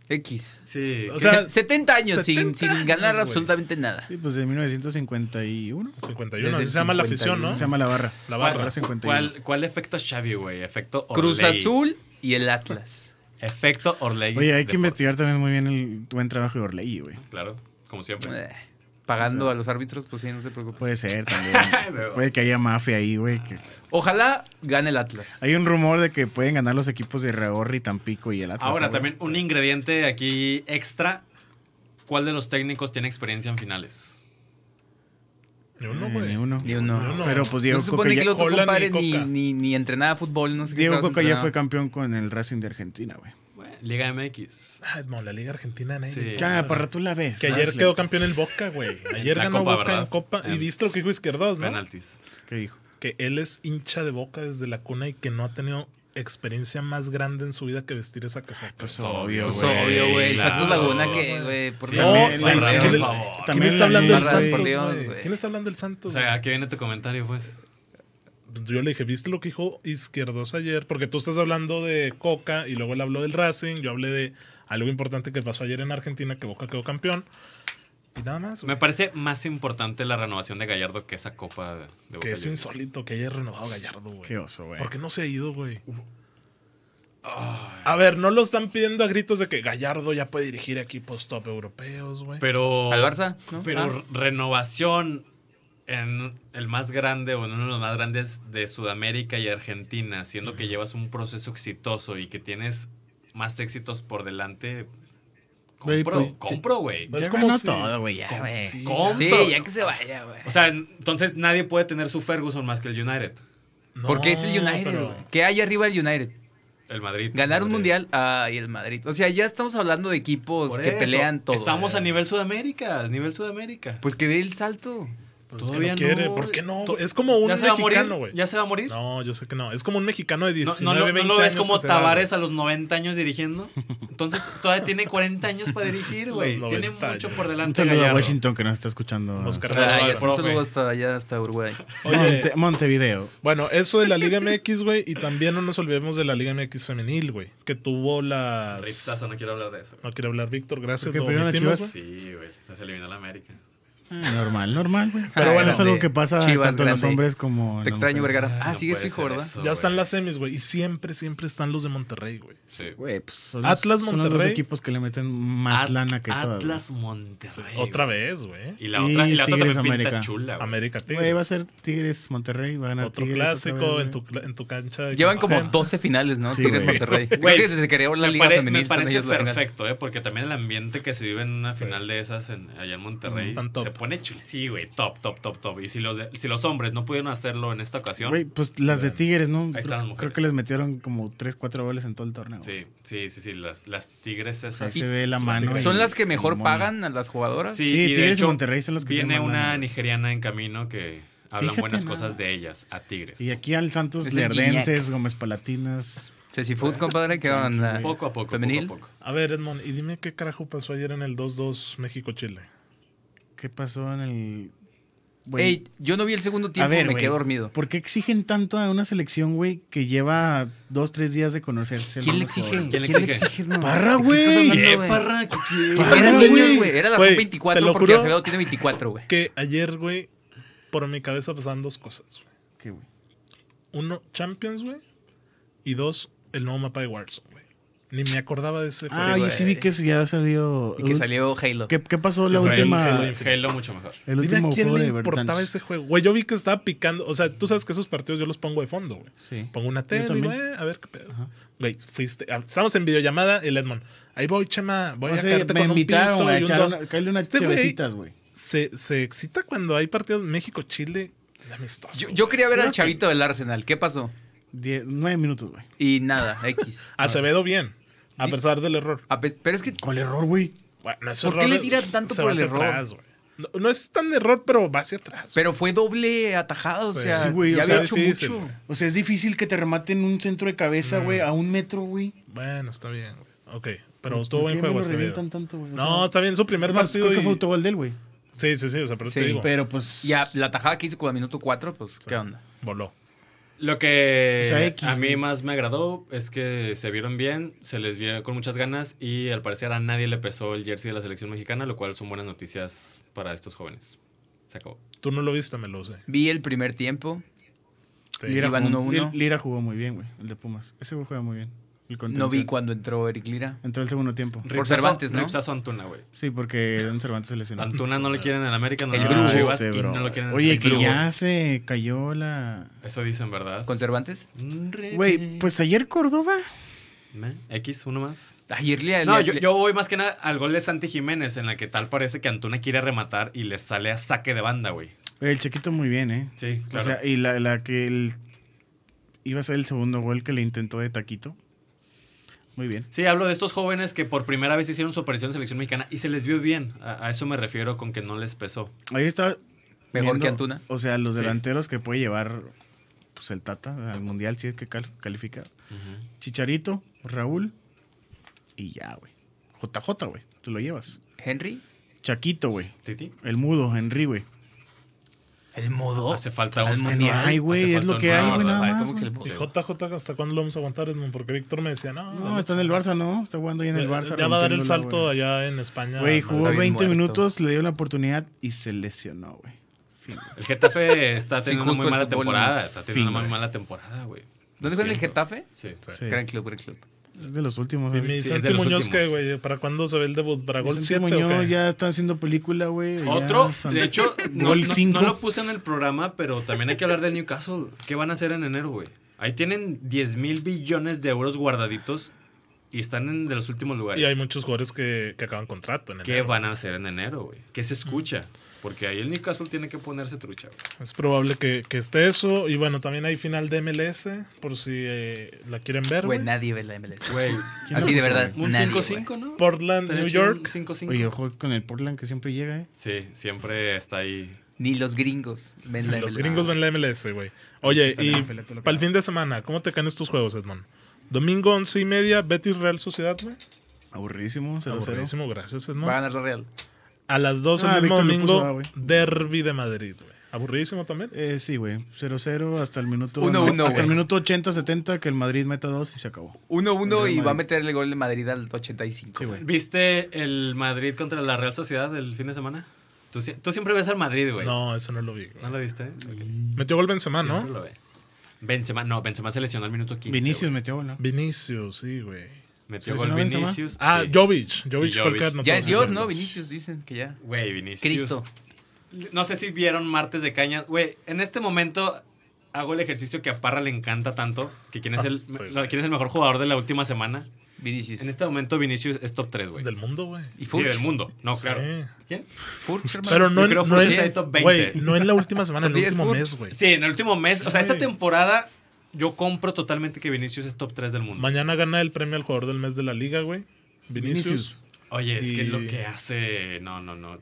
D: X.
C: Sí.
A: O sea,
D: Se- 70 años sin,
A: 70
D: sin
A: años,
D: ganar
A: güey.
D: absolutamente nada.
B: Sí, pues de 1951.
A: 51,
D: Desde
A: así se llama la
D: 51,
A: afición, ¿no?
B: Se llama la barra.
A: La barra.
B: La 51.
C: ¿Cuál, ¿Cuál efecto Xavi, güey? Efecto Orley.
D: Cruz Azul y el Atlas.
C: Efecto Orley.
B: Oye, hay que
C: Deportes.
B: investigar también muy bien el buen trabajo de Orlegi, güey.
C: Claro, como siempre.
D: Eh, Pagando a los árbitros, pues sí, no te preocupes.
B: Puede
A: *laughs*
B: ser también. Puede que haya mafia ahí, güey. que-
A: Ah.
D: Ojalá gane el Atlas.
B: Hay un rumor de que pueden ganar los equipos de Reorri, Tampico y el Atlas.
C: Ahora,
B: güey.
C: también un ingrediente aquí extra. ¿Cuál de los técnicos tiene experiencia en finales?
A: Ni
B: Eh,
A: uno, güey.
B: ni uno.
D: Ni uno.
A: Ni uno.
B: Pero pues
D: No
B: Diego
D: se
B: Coca
D: supone
B: ya,
D: que el otro
A: Holland
D: compadre
A: ni
D: ni,
A: Coca.
D: ni, ni entrenaba fútbol, no sé qué
B: Diego
D: estabas
B: Coca ya fue
D: entrenando.
B: campeón con el Racing de Argentina, güey.
C: Bueno, Liga MX.
A: Ah, no, la Liga Argentina, nadie
C: Sí.
A: le
B: Ya,
A: gana,
B: para
A: güey.
B: tú la ves.
A: Que
B: ¿no?
A: ayer
B: Sí,
A: quedó
B: sí.
A: campeón el Boca,
B: *laughs*
A: güey. Ayer
C: La
A: ganó
C: Copa,
A: Boca en
C: ¿verdad?
A: Copa. Y
C: En-
A: viste lo que dijo Izquierdos, ¿no?
C: Penaltis.
B: ¿Qué dijo?
A: Que él es hincha de Boca desde la cuna y que no ha tenido experiencia más grande en su vida que vestir esa casaca.
B: Pues
C: obvio,
B: obvio,
D: Pues
B: güey.
D: obvio, güey. El
C: Claro,
D: Santos Laguna,
C: sí.
D: que, güey. ¿por
C: Sí,
D: qué?
C: también,
A: no,
C: Barragán,
A: ¿quién,
C: por
A: le-
C: favor.
A: ¿quién está
B: la
A: hablando del
B: liga,
D: Barragán,
A: Santos?
D: por Dios,
A: güey?
D: güey.
A: ¿Quién está hablando del
C: O
A: Santos?
C: sea,
A: güey? Pues,
C: aquí viene tu comentario, pues.
A: Yo le dije, ¿viste lo que dijo Izquierdos ayer? Porque tú estás hablando de Coca y luego él habló del Racing. Yo hablé de algo importante que pasó ayer en Argentina, que Boca quedó campeón. Y nada más.
C: Me
A: güey.
C: parece más importante la renovación de Gallardo que esa copa de Boca
A: Que es
C: Juniors.
A: insólito que haya renovado Gallardo, güey.
B: Qué oso, güey.
A: ¿Por qué no se ha ido, güey? A ver, no lo están pidiendo a gritos de que Gallardo ya puede dirigir equipos top europeos, güey.
C: Pero.
D: ¿Al Barça? ¿No?
C: Pero
D: Ah.
C: re- renovación en el más grande o en uno de los más grandes de Sudamérica y Argentina, siendo que llevas un proceso exitoso y que tienes más éxitos por delante.
B: Güey,
C: Compro,
B: pues,
C: compro, güey.
A: Es
B: Es
A: como
B: como
A: si-
B: todo, güey. Ya,
D: Como
B: güey.
D: si-
C: Compro.
D: Sí, ya que se vaya, güey.
C: O sea, entonces nadie puede tener su Ferguson más que el United.
A: No,
D: Porque es el United,
A: pero- pues,
D: güey. ¿Qué hay arriba del United?
C: El Madrid.
D: Ganar un
C: Madrid.
D: mundial ah, y el Madrid. O sea, ya estamos hablando de equipos
C: Por
D: que
C: eso,
D: pelean todo.
C: Estamos a nivel Sudamérica, a nivel Sudamérica.
D: Pues que dé el salto.
A: Pues es Pues que no quiere. ¿Por qué no? güey? Es como un
C: ¿Ya se va a morir?
A: mexicano, güey.
C: ¿Ya se va a morir? No,
A: No, yo sé que no. Es como un mexicano de
C: no,
A: 19,
C: lo- no
A: 20
C: lo ves
A: años
C: como
A: que se va,
C: Tavares a los 90 años dirigiendo. Entonces todavía tiene 40 años para dirigir, güey.
A: Los
C: Tiene
A: 90
C: mucho
A: años.
C: por
B: Un
C: delante.
B: saludo a
C: Gallardo.
B: Washington que nos está escuchando.
A: Oscar
D: Ay,
A: Rojas,
D: así un
A: profe.
D: saludo hasta allá, hasta Uruguay.
A: Oye,
B: Monte- Montevideo.
A: Bueno, eso de la Liga MX, güey, y también no nos olvidemos de la Liga MX femenil, güey, que tuvo las...
C: Riptazo, no quiero hablar de eso. güey.
A: No quiero hablar, Víctor, gracias.
B: ¿Por qué
A: lo
B: perdieron las
A: omitimos,
B: Chivas?
A: güey.
C: Sí, güey. Nos eliminó la América.
B: Ah, Normal, normal, güey.
D: Pero
B: Pero bueno,
D: bueno.
B: es algo que pasa
D: Chivas
B: tanto en los
D: grande.
B: hombres como. en
D: Te
B: las
D: extraño,
B: mujeres.
D: Vergara. Ah,
C: No
D: sigues
C: puede
D: fijo,
C: ser
D: ¿verdad?
C: eso,
A: Ya
C: güey.
A: están las semis, güey, y siempre, siempre están los de Monterrey, güey.
C: Sí.
B: Güey, pues son
A: Atlas,
B: los, son los dos
A: Monterrey.
B: equipos que le meten más
C: At-
B: lana que todas. güey.
C: Atlas Monterrey.
A: Otra
C: güey.
A: vez, güey.
C: Y la
B: Y
C: otra, y la otra
B: Tigres
C: también
B: América.
C: pinta chula, güey.
A: América Tigres.
B: Güey, va a ser Tigres Monterrey, va a ganar
A: Otro
B: Tigres otra
A: clásico
B: vez, güey.
A: en, tu, cla- en tu cancha. de
D: Llevan
C: *laughs*
D: como
A: Coacán.
D: 12 finales, ¿no?
B: Sí,
D: Tigres
B: güey.
D: Monterrey.
C: Güey,
D: Creo que desde que creó la
C: me,
D: Liga
C: pare- me
D: Femenil. son
C: parece
D: ellos la final.
C: perfecto, ¿eh? Porque también el ambiente que se vive en una final de esas en- allá en Monterrey
A: Están top.
C: se pone chul. Sí, güey, top, top, top, top. Y si los, de- si los hombres no pudieron hacerlo en esta ocasión.
B: Güey, pues las de Tigres, ¿no?
C: Ahí están
B: Creo,
C: las mujeres.
B: creo que les metieron como 3, 4 goles en todo el torneo.
C: sí, sí, sí, sí. Las, las tigres
B: O sea,
C: esas.
B: se ve la mano.
A: Tigres.
D: ¿Son
B: y
D: las que mejor
B: Simón.
D: pagan a las jugadoras?
B: sí,
C: y de
B: Tigres y Monterrey son los que
C: Viene
B: tienen más
C: una
B: lana, güey.
C: nigeriana en camino que hablan
B: Fíjate
C: buenas
B: nada.
C: cosas de ellas, a tigres.
B: Y aquí al Santos
D: Es el
B: Lerdenses, Gómez Palatinas.
D: Ceci Food, compadre, que van
B: eh,
D: la
C: Ah, Poco a poco,
D: femenil.
C: poco a poco.
A: A ver, Edmond, y dime qué carajo pasó ayer en el 2-2 México-Chile.
B: ¿Qué pasó en el. güey?
D: Ey, yo no vi el segundo tiempo, me
B: güey,
D: quedé dormido.
B: ¿Por qué exigen tanto a una selección, güey, que lleva dos, tres días de conocerse?
D: ¿Quién le
B: los
D: exige?
B: jugadores?
C: ¿Quién le exige?
D: no?
B: Parra,
D: ¿De qué estás
B: güey.
D: hablando,
B: Eh,
D: güey?
C: Parra, que-
D: Era
B: Parra,
D: niño,
B: güey.
D: güey. Era la
A: Güey, te
D: 24
A: lo
D: porque
A: juro.
D: Acevedo tiene 24, güey.
A: Que ayer, güey, por mi cabeza pasaban dos cosas, güey.
B: ¿Qué, güey?
A: Uno, Champions, güey. Y dos, el nuevo mapa de Warzone, güey. Ni me acordaba de ese
B: Ah,
A: juego.
B: yo sí vi que se- ya salió.
D: Y que salió Halo.
B: ¿Qué, qué pasó la
A: Que salió
B: última?
A: Halo.
C: Halo mucho mejor.
B: El
A: Dime
B: último
A: a quién
B: juego
A: le
B: de
A: importaba
B: Bertanz.
A: ese juego. Güey, yo vi que estaba picando. O sea, tú sabes que esos partidos yo los pongo de fondo, güey.
B: Sí.
A: Pongo una
B: Yo
A: tele, digo,
B: también.
A: eh, a ver qué pedo. Güey, fuiste. ah, Estamos en videollamada, el Edmond. Ahí voy, Chema. Voy
B: No
A: a
B: sé,
A: caerte
B: Ah, me
A: con un
B: invitaron,
A: pisto
B: güey, a
A: y un
B: echar
A: dos.
B: una- caerle unas
A: Este güey
B: chevecitas, güey.
A: se, se excita cuando hay partidos México-Chile amistosos.
D: Yo, yo quería ver al chavito del Arsenal. ¿Qué pasó?
B: Diez- Nueve minutos, güey.
D: Y nada, X.
A: Acevedo bien, a pesar del error.
D: A pe- Pero es que
B: ¿Cuál error, güey?
A: Bueno, ese
D: ¿Por qué
A: error
D: le tira tanto
A: se
D: por
A: va
D: el
A: hacia
D: error?
A: atrás, güey. no, no es tan error, pero va hacia atrás.
D: Pero fue doble atajado, o
A: Sí.
D: sea,
B: Sí, güey, o
D: ya
B: sea,
D: había hecho
A: difícil,
D: mucho.
A: güey.
B: O sea, es difícil que te rematen un centro de cabeza, güey,
A: Ah.
B: a un metro, güey.
A: Bueno, está bien. güey. Ok, pero estuvo
B: ¿Por
A: buen
B: qué me
A: juego
B: lo
A: Acevedo.
B: revientan tanto, güey? O
A: No,
B: sea,
A: está bien, su primer
B: Además,
A: partido.
B: creo que
A: y-
B: fue autogol de él, güey.
A: Sí, sí, sí, o sea, pero
D: Sí,
A: te digo,
B: Pero pues.
D: Ya la tajada que hizo con el minuto 4, pues, ¿qué onda?
A: voló.
C: Lo que
B: O sea, X,
C: a mí
B: güey.
C: más me agradó es que se vieron bien, se les vio con muchas ganas y al parecer a nadie le pesó el jersey de la selección mexicana, lo cual son buenas noticias para estos jóvenes. Se acabó.
A: Tú no lo viste, me lo sé.
D: Vi el primer tiempo.
A: Te-
B: Lira,
D: Iban
B: jugó,
D: 1-1.
B: Li- Lira jugó muy bien, güey. El de Pumas. Ese güey juega muy bien. El
D: No vi
B: contención.
D: cuando entró Eric Lira.
B: Entró el segundo tiempo.
D: Por Cervantes, ¿no?
C: Ripsazo a Antuna, güey.
B: Sí, porque Don Cervantes se lesionó.
C: Antuna no le quieren en América, no
D: El
C: le
B: Ah,
C: quieren en
D: Brujo.
C: Chivas
B: este,
C: y
B: bro.
C: no lo quieren en
B: Oye, que
C: selección.
B: ya se cayó la.
C: Eso dicen, ¿verdad?
D: ¿Con Cervantes?
B: Güey, pues ayer Córdoba.
C: Me- X, uno más.
D: Ayer le,
C: No,
D: le-
C: yo,
D: le-
C: yo voy más que nada al gol de Santi Jiménez, en la que tal parece que Antuna quiere rematar y le sale a saque de banda, güey.
B: El chiquito muy bien, ¿eh?
C: Sí, claro.
B: O sea, y la, la que el- iba a ser el segundo gol que le intentó de taquito. Muy bien.
C: Sí, hablo de estos jóvenes que por primera vez hicieron su aparición en selección mexicana y se les vio bien. A, a eso me refiero con que no les pesó.
B: Ahí está.
D: Mejor que Antuna.
B: O sea, los delanteros que puede llevar pues, el Tata al Mundial, si es que cal- califica. Chicharito, Raúl y ya, güey. JJ, güey. Tú lo llevas.
D: Henry.
B: Chaquito, güey.
C: ¿Titi?
B: El mudo, Henry, güey.
D: El
A: Ah,
D: modo.
C: Hace falta
B: Pues
C: un...
B: es que ni
C: hace
B: hay, güey,
C: falta
B: es lo
C: un-
B: que hay, güey, nada
C: hay
B: más,
C: como que
B: güey.
C: el-
A: ¿Y
C: sí,
A: JJ hasta cuándo lo vamos a aguantar, Edmond? Porque Víctor me decía, no,
B: No, está en el Barça, ¿no? Está jugando ahí en el Barça.
A: Ya, va a dar el
B: rompiéndola,
A: salto
B: güey.
A: allá en España.
B: Güey,
A: Más
B: jugó
D: Ah, Está bien
B: 20
D: muerto.
B: minutos, le dio la oportunidad y se lesionó, güey. Fin, güey.
C: El Getafe está
D: Sí,
C: teniendo una
D: justo
C: muy
D: el
C: mala
D: fútbol,
C: temporada.
D: ¿no?
C: Está teniendo
B: Fin,
C: una muy
B: güey.
C: mala temporada, güey.
D: ¿Dónde fue en el Getafe?
C: Sí.
B: Sí.
D: Gran club, gran club.
B: Es de los últimos.
A: Y
B: güey.
A: mi
C: Sí, es
A: Santi
C: de los
A: Muñoz, ¿qué,
C: últimos.
A: güey? ¿Para cuándo se ve el debut? ¿Para gol 7
B: Vicente
A: o
B: Muñoz
A: qué?
B: ya está haciendo película, güey. ya
C: Otro,
B: son-
A: *laughs*
B: *laughs*
C: de hecho, no,
B: Gol
C: no-
B: cinco.
C: no lo puse en el programa, pero también hay que hablar del Newcastle. ¿Qué van a hacer en enero, güey? Ahí tienen 10 mil billones de euros guardaditos y están en de los últimos lugares.
A: Y hay muchos jugadores que, que acaban contrato en
C: ¿Qué
A: enero.
C: van a hacer en enero, güey? ¿Qué
A: Mm.
C: se escucha? Porque ahí el Newcastle tiene que ponerse trucha, güey.
A: Es probable que, que esté eso. Y bueno, también hay final de MLS, por si eh, la quieren ver. *laughs*
D: Güey,
A: güey.
D: nadie ve la MLS.
A: ¿quién
D: Así
A: lo
D: de
A: puso,
D: verdad.
C: Un
D: nadie,
C: 5-5, ¿no?
A: Portland,
C: Estaría
A: New
C: chido un
A: York.
C: 5-5.
B: Oye, ojo con el Portland que siempre llega, ¿eh?
C: Sí, siempre está ahí.
D: güey. Ni los gringos ven la
A: Los
D: MLS.
A: gringos ven la MLS, güey. Oye,
B: Está
A: y
B: bien, Feleto, lo que
A: para el
B: da.
A: fin de semana, ¿cómo te caen estos juegos, Edmond? Domingo, once y media, Betis Real Sociedad, güey.
B: Aburridísimo, 0-0.
A: Aburridísimo, gracias,
D: Va a
A: Edmond.
D: ganar la Real.
A: A las 12
B: Ah,
A: el mismo
B: Víctor le puso A,
A: domingo,
B: güey.
A: Derby de Madrid, güey. Aburridísimo también.
B: Eh, sí, güey. 0-0 hasta el minuto.
D: 1-1,
B: hasta el
D: güey.
B: minuto 80-70 que el Madrid meta 2 y se acabó.
D: 1-1 y
B: Madrid.
D: va a meter el gol de Madrid al 85.
B: Sí, güey.
C: ¿Viste el Madrid contra la Real Sociedad el fin de semana? Tú, si- tú siempre ves al Madrid, güey.
A: No, eso no lo vi. güey.
C: ¿No lo viste? Ok.
A: Metió gol Benzema, ¿no?
C: Siempre lo ve. Benzema, no, Benzema se lesionó al minuto 15.
B: Vinicius
C: güey.
B: metió, ¿no?
A: Vinicius, sí, güey.
C: metió
B: ¿Se
C: gol
B: lesionó Benzema?
C: Vinicius.
A: Ah,
C: sí.
A: Jovic. Jovic fue el que
C: Jovic.
A: anotó.
D: Ya es Dios,
A: Sí,
D: ¿no?
A: güey.
D: Vinicius, dicen que ya.
C: Güey, Vinicius.
D: Cristo.
C: No sé si vieron martes de cañas. Güey, en este momento hago el ejercicio que a Parra le encanta tanto, que quién es el,
A: estoy-
C: lo- quién es el mejor jugador de la última semana.
D: Vinicius.
C: En este momento Vinicius es top 3, güey.
A: Del mundo, güey.
D: Y
C: Sí,
D: Furch.
C: del mundo. No, claro.
A: Sí.
C: ¿Quién?
D: Furch, hermano.
A: Pero no,
C: Yo
A: en-
C: creo
A: no,
C: Furch
A: en-
C: está en top 20.
A: güey, no en la última semana, en el
D: Diez
A: último
D: Furch.
A: mes, güey.
C: Sí, en el último mes. O sea, esta
A: Sí.
C: temporada yo compro totalmente que Vinicius es top 3 del mundo.
A: Mañana gana el premio al jugador del mes de la liga, güey. Vinicius.
B: Vinicius.
C: Oye, es que
A: Y-
C: lo que hace... No, no, no.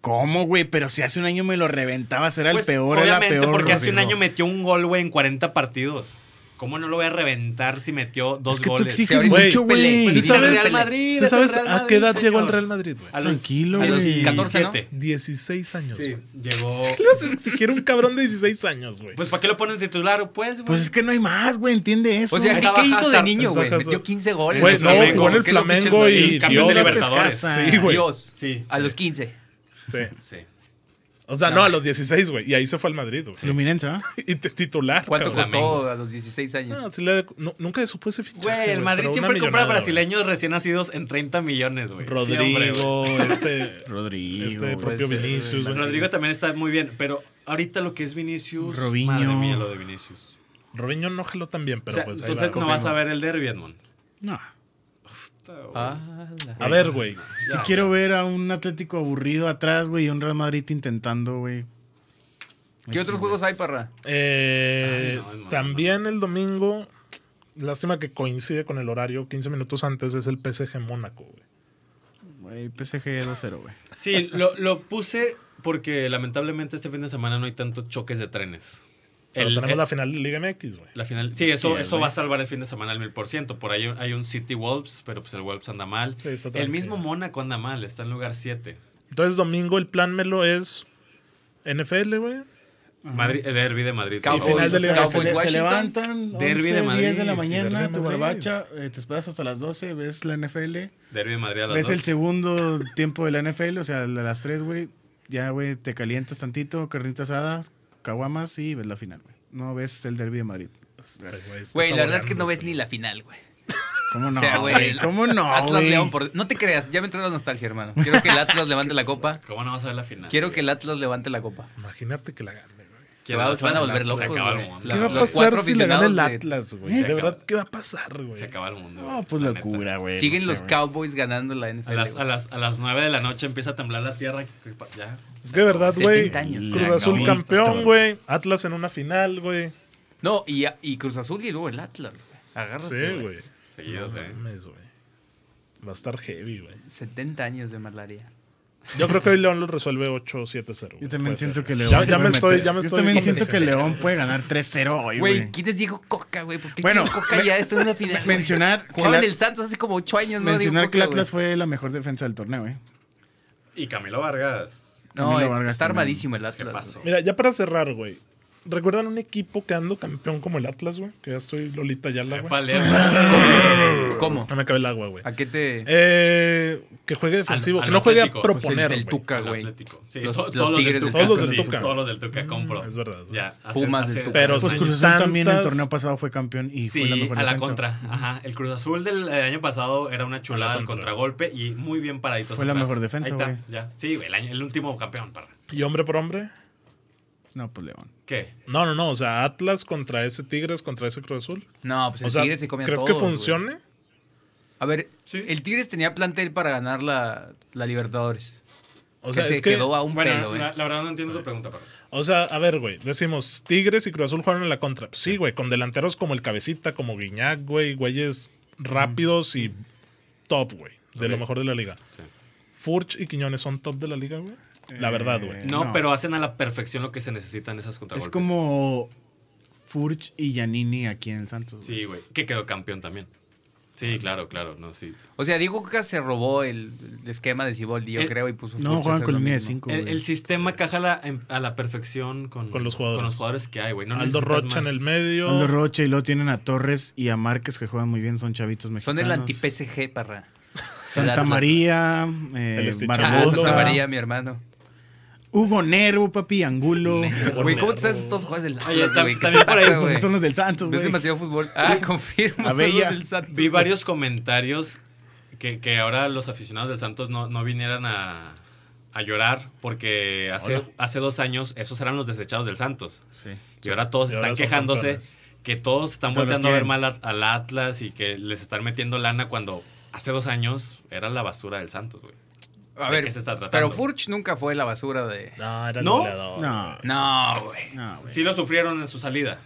B: ¿Cómo, güey? Pero si hace un año me lo reventaba, era
C: Pues,
B: el peor, era
C: obviamente,
B: peor.
C: porque hace un
B: Rodrigo.
C: año metió un gol, güey, en 40 partidos. ¿Cómo no lo voy a reventar si metió dos
B: Es que tú
C: goles?
B: exiges
D: Sí,
A: güey.
B: mucho,
D: Pelé.
B: güey.
A: Pues
C: Pues
A: ¿Sí
C: es el
A: sabes-
C: Real Madrid,
A: ¿Sí
C: es el
A: sabes
C: Real
A: a qué edad
C: Madrid,
A: llegó al
C: señor?
A: Real Madrid, güey?
C: A los,
B: Tranquilo,
C: a los
B: güey.
C: 14, ¿no?
A: 16 años,
C: Sí,
A: güey.
C: llegó...
A: ¿Qué le vas a exigir a un cabrón de 16 años, güey?
C: Pues ¿para qué lo ponen titular? Pues, güey.
B: Pues es que no hay más, güey, entiende eso.
D: O sea,
C: Ahí
D: ¿qué,
C: está
D: qué hizo de
C: Hazard,
D: niño, güey?
A: está Hazard.
D: Metió 15 goles.
A: Güey,
C: el
A: no,
C: Flamengo.
A: jugó en el
D: ¿Qué lo fichan,
A: Flamengo
D: güey?
A: y
C: El campeón de
A: Dios es
C: Libertadores.
A: escasa.
B: Sí,
A: Sí, güey.
D: Dios.
C: Sí,
D: A
C: sí.
D: los 15.
A: Sí.
C: Sí.
A: O sea, no, a los 16, güey. Y ahí se fue al Madrid, güey.
B: Luminense, ¿va?
A: *laughs* Y te- titular.
D: ¿Cuánto
A: cabrón.
D: costó a los 16 años?
A: No, sí le- no, nunca supo ese fichaje.
C: Güey, el Madrid
A: pero una
C: siempre compra
A: millonada,
C: brasileños recién nacidos en 30 millones, güey.
A: güey.
C: Sí, hombre, güey.
A: Rodrigo, este,
B: Rodrigo.
A: este
B: güey.
A: propio Vinicius, güey.
C: Rodrigo también está muy bien, pero ahorita lo que es Vinicius.
B: Robinho.
C: Madre mía, lo de Vinicius.
A: Robinho no jaló tan bien, pero
C: O sea,
A: pues ahí
C: entonces
A: va.
C: no vas a ver el derby, Edmond.
B: eh, No.
D: Ah,
A: A ver, güey.
B: Que quiero ver a un Atlético aburrido atrás, güey, y un Real Madrid intentando, güey.
D: ¿Qué otros juegos hay, parra?
A: Eh,
C: Ay, no, hermano,
A: también el domingo, lástima que coincide con el horario, 15 minutos antes es el PSG Mónaco, güey.
B: Güey, PSG 2-0, güey.
C: Sí, lo, lo puse porque lamentablemente este fin de semana no hay tantos choques de trenes.
A: Pero
C: El-
A: tenemos
C: el-
B: eh,
A: la final de Liga MX, güey.
C: la final- Sí, eso,
B: Sí,
C: eso
B: güey.
C: va a salvar el fin de semana al mil por ciento. Por ahí hay un City Wolves, pero pues el Wolves anda mal.
A: Sí, está
C: el
A: tranquilo.
C: mismo Mónaco anda mal, está en lugar 7.
A: Entonces, domingo el plan melo es NFL, güey.
C: Madrid, el derby de Madrid.
D: Cowboys.
C: Y
A: final de Liga
D: Cowboys,
B: Se, le- se
D: Washington.
B: levantan
C: Derby
B: 11,
C: de Madrid,
B: 10 de la
C: sí,
A: Derby de
B: mañana, tu
A: Madrid.
B: barbacha, eh, te esperas hasta las 12, ves la NFL,
C: Derby de Madrid a las
B: ves el
C: dos.
B: segundo tiempo de la NFL, o sea, de las 3, güey, ya, güey, te calientas tantito, carnitas asadas, caguamas y ves la final, güey. No ves el derby de Madrid.
A: Este, güey, está
D: Güey, la verdad es que
A: saboreando
D: no ves
A: esto,
D: ni
A: güey.
D: la final, güey.
B: ¿Cómo
D: O
B: no,
D: sea,
B: güey?
D: güey.
B: ¿Cómo no,
D: Atlas
B: güey?
D: León, por- no te creas, ya me entró la nostalgia, hermano. Quiero que el Atlas levante la copa.
C: ¿Cómo no vas a ver la final?
D: Quiero que el Atlas levante la copa.
A: Imagínate que la gane, güey.
D: Se va- se van a volver
C: Se
D: locos.
C: acaba el
D: güey.
C: mundo.
A: ¿Qué
D: Las-
A: va a
D: los cuatro
A: pasar si le gana el
D: aficionados de-
A: Atlas, güey?
C: Se
A: De
C: acaba.
A: verdad, ¿qué va a pasar, güey?
C: Se acaba el mundo.
B: No,
C: güey,
B: pues
C: la neta.
B: locura, güey.
D: Siguen
B: no sé,
D: los
B: güey.
D: Cowboys ganando la
C: A
D: NFL.
C: las, a,
D: güey.
C: las, a las 9 de la noche empieza a temblar la tierra. que- que- Ya.
A: Es que, de verdad, güey.
D: 70 años.
A: Cruz
D: Se
A: Azul
D: acabó.
A: campeón, güey. Atlas en una final, güey.
D: No, y, y Cruz Azul y luego el Atlas, güey. Agárrate,
A: Sí,
D: güey.
A: güey.
C: Seguidos,
A: No
C: eh.
A: mames, güey. Va a estar heavy, güey.
D: 70 años de malaria.
A: Yo creo que hoy León lo resuelve 8-7-0.
B: Yo
A: güey.
B: también
A: Puede
B: siento
A: ser.
B: que León.
A: Ya,
B: le
A: ya
B: puede
A: me estoy,
B: meter.
A: ya me
B: Yo
A: estoy.
B: también siento que León puede ganar 3-0 hoy,
D: Güey,
B: güey.
D: ¿quién es Diego Coca, güey? ¿Por qué
B: Bueno,
D: Diego Coca
B: me-
D: ya está en una final? güey?
B: mencionar que
D: Jugaba
B: la-
D: en el Santos hace como 8 años, ¿no?
B: Mencionar
D: Diego
B: que el
D: Coca,
B: Atlas
D: güey.
B: fue la mejor defensa del torneo, eh.
C: Y Camilo Vargas.
D: No,
B: Camilo
D: eh,
B: Vargas
D: está
B: también.
D: armadísimo el Atlas.
C: Jefazo.
D: güey.
A: Mira, ya para cerrar, güey. ¿Recuerdan un equipo quedando campeón como el Atlas, güey? Que ya estoy Lolita Yala,
B: Eh,
A: güey.
C: Palermo.
D: ¿Cómo?
A: No me cabe el agua, güey.
D: ¿A qué te...?
A: Eh, que juegue defensivo,
C: al
A: que no juegue a
C: Atlético, pues,
A: proponer.
D: el del
A: güey.
D: Tuca,
C: El
D: güey.
C: Atlético. Sí,
D: Los-
C: to-
D: los
C: todos los
D: Tigres
C: del
D: del
C: Tuca.
A: Todos los del
C: sí,
A: Tuca.
C: Todos los del Tuca compro.
A: es verdad, güey.
C: Ya, hace-
D: Pumas
C: hace-
D: del Tuca.
C: hace
A: Pero
C: dos
B: Pues
A: sí.
C: años.
B: Cruz Azul
A: tantas-
B: también el torneo pasado fue campeón y fue la
C: Sí,
B: mejor
C: a la
B: defensa.
C: contra. Ajá. El Cruz Azul del eh, año pasado era una chulada
A: A la
C: al
A: contra.
C: contragolpe y muy bien paraditos.
B: Fue la
C: atrás.
B: mejor defensa,
C: Ahí está,
B: güey.
C: ya. Sí, güey, el, año- el último campeón, parra.
A: ¿Y hombre por hombre?
B: No, pues León.
C: ¿Qué?
A: No, no, no. O sea, Atlas contra ese Tigres, contra ese Cruz Azul.
D: No, pues el
A: o sea,
D: Tigre se come a
A: ¿crees
D: todos,
A: que
D: güey.
A: funcione?
D: A ver,
C: Sí.
D: el Tigres tenía plantel para ganar la, la Libertadores.
A: O sea,
D: que
A: es
D: se
A: que,
D: quedó a un
C: Bueno,
D: pelo,
C: la,
D: ¿eh?
C: la verdad no entiendo tu pregunta, pero.
A: o sea, a ver, güey, decimos, Tigres y Cruz Azul jugaron en la contra. Pues sí, güey, con delanteros como el Cabecita, como Guiñac, güey, güeyes rápidos y top, güey, de lo
C: Ok.
A: mejor de la liga.
C: Sí.
A: Furch y Quiñones son top de la liga, güey.
D: Eh,
A: La verdad, güey.
C: No,
B: No.
C: pero hacen a la perfección lo que se necesitan esas contragolpes.
B: Es como Furch y Giannini aquí en el Santos.
C: Sí, güey. Que quedó campeón también. Sí,
A: Ah.
C: claro, claro. No, sí.
D: O sea, Diego Coca se robó el, el esquema de Ciboldi, yo
C: Eh,
D: creo, y puso Furch
B: No,
D: a
B: juegan
D: hacer
B: con
D: lo
B: línea de
D: mismo.
B: 5.
C: El, el sistema caja a la, en- a la perfección con,
A: este, eh, Con los jugadores.
C: con los jugadores que hay, güey. No
A: Aldo
C: necesitas
A: Rocha
C: más.
A: en el medio.
B: Aldo Rocha y luego tienen a Torres y a Márquez que juegan muy bien, son chavitos mexicanos.
D: Son el anti-PSG, parra. El
B: Santa
D: Atlas.
B: María, eh,
A: El Stitch
D: Ah,
A: Angulo.
D: Santa
B: Barbosa,
D: María, mi hermano.
B: Hugo Nero, papi, Angulo.
D: Güey, ¿cómo te sabes todos los juegos del
C: Oye,
D: Atlas,
C: tam-
D: güey? ¿Qué
C: también
D: te
C: por ahí,
D: pasa,
B: Pues
D: güey?
B: son los del Santos,
D: ¿Ves
B: güey.
D: demasiado fútbol? Ah, confirmo. son
B: Abella.
D: los del Santos,
C: Vi
D: güey.
C: varios comentarios que, que ahora los aficionados del Santos no, no vinieran a, a llorar porque hace, hace dos años esos eran los desechados del Santos.
B: Sí.
C: Y ahora todos
A: Y
C: están
A: ahora son
C: quejándose
A: campeones.
C: que todos están
B: Todos los
C: volteando a ver
B: quieren.
C: mal a- al Atlas y que les están metiendo lana cuando hace dos años era la basura del Santos, güey.
D: A
C: ¿De
D: ver,
C: qué se está tratando?
D: pero Furch nunca fue la basura de...
A: No, era el
C: ¿No?
A: goleador.
B: No,
D: No, güey.
B: no, güey.
C: Sí lo sufrieron en su salida.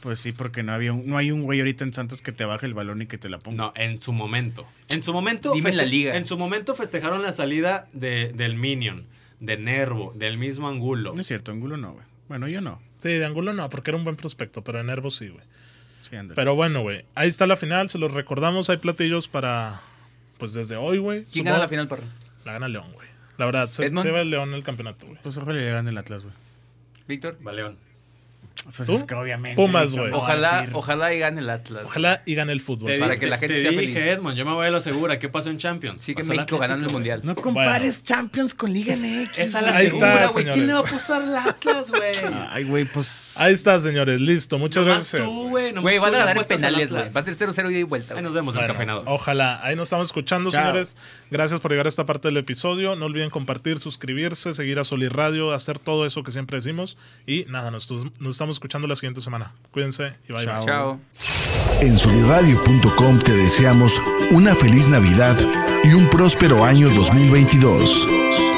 B: Pues sí, porque no, había un- no hay un güey ahorita en Santos que te baje el balón y que te la ponga.
C: No, en su momento. En su momento.
D: Dime en la liga.
C: En su momento festejaron la salida de- del Minion, de Nervo, del mismo Angulo.
B: No es cierto, Angulo no, güey. Bueno, yo no.
A: Sí, de Angulo no, porque era un buen prospecto, pero de Nervo sí, güey.
B: Sí, ándale.
A: Pero bueno, güey, ahí está la final, se los recordamos, hay platillos para, pues desde hoy, güey.
D: ¿Quién
A: Supongo-
D: gana la final, parra?
A: La gana León, güey. La verdad, se,
D: Edmond.
A: se lleva el León el campeonato, güey.
B: Pues ojalá le gane el Atlas, güey.
D: Víctor.
C: Baleón.
B: Pues
A: ¿Tú?
B: es que obviamente.
A: Pumas,
B: Víctor,
A: güey.
B: no va a
D: Ojalá,
B: decir-
D: ojalá y gane el Atlas.
A: Ojalá y gane el fútbol. ¿sabes?
C: Te,
D: Pues para que la gente
C: te
D: sea
C: dije,
D: feliz.
C: Edmond, yo me voy a lo segura. ¿Qué pasó en Champions?
D: Sí que
C: Pasó el
D: México
C: Atlético,
D: ganando el
C: güey.
D: Mundial.
B: No compares Champions con Liga MX.
C: Es a la
A: Ahí está,
C: segura, güey.
A: señores.
C: ¿Quién le va a apostar al Atlas, güey?
B: Ay, güey, pues.
A: Ahí está, señores, listo, muchas
C: Nomás
A: gracias.
C: tú,
A: güey.
C: güey. nomás
D: Güey,
C: tú
D: van a
C: le
D: ganar en
C: apuestas al
D: penales, güey.
C: Atlas.
D: Va a ser 0-0 ida y vuelta.
C: Ahí
D: güey.
C: nos vemos,
A: Bueno,
C: descafeinados.
A: Ojalá. Ahí nos estamos escuchando,
B: Chao.
A: señores. Gracias por llegar a esta parte del episodio. No olviden compartir, suscribirse, seguir a Solir Radio, hacer todo eso que siempre decimos. Y nada, nos, nos estamos escuchando la siguiente semana. Cuídense y bye. bye.
D: Chao.
H: En solirradio.com te deseamos una feliz Navidad y un próspero año 2022.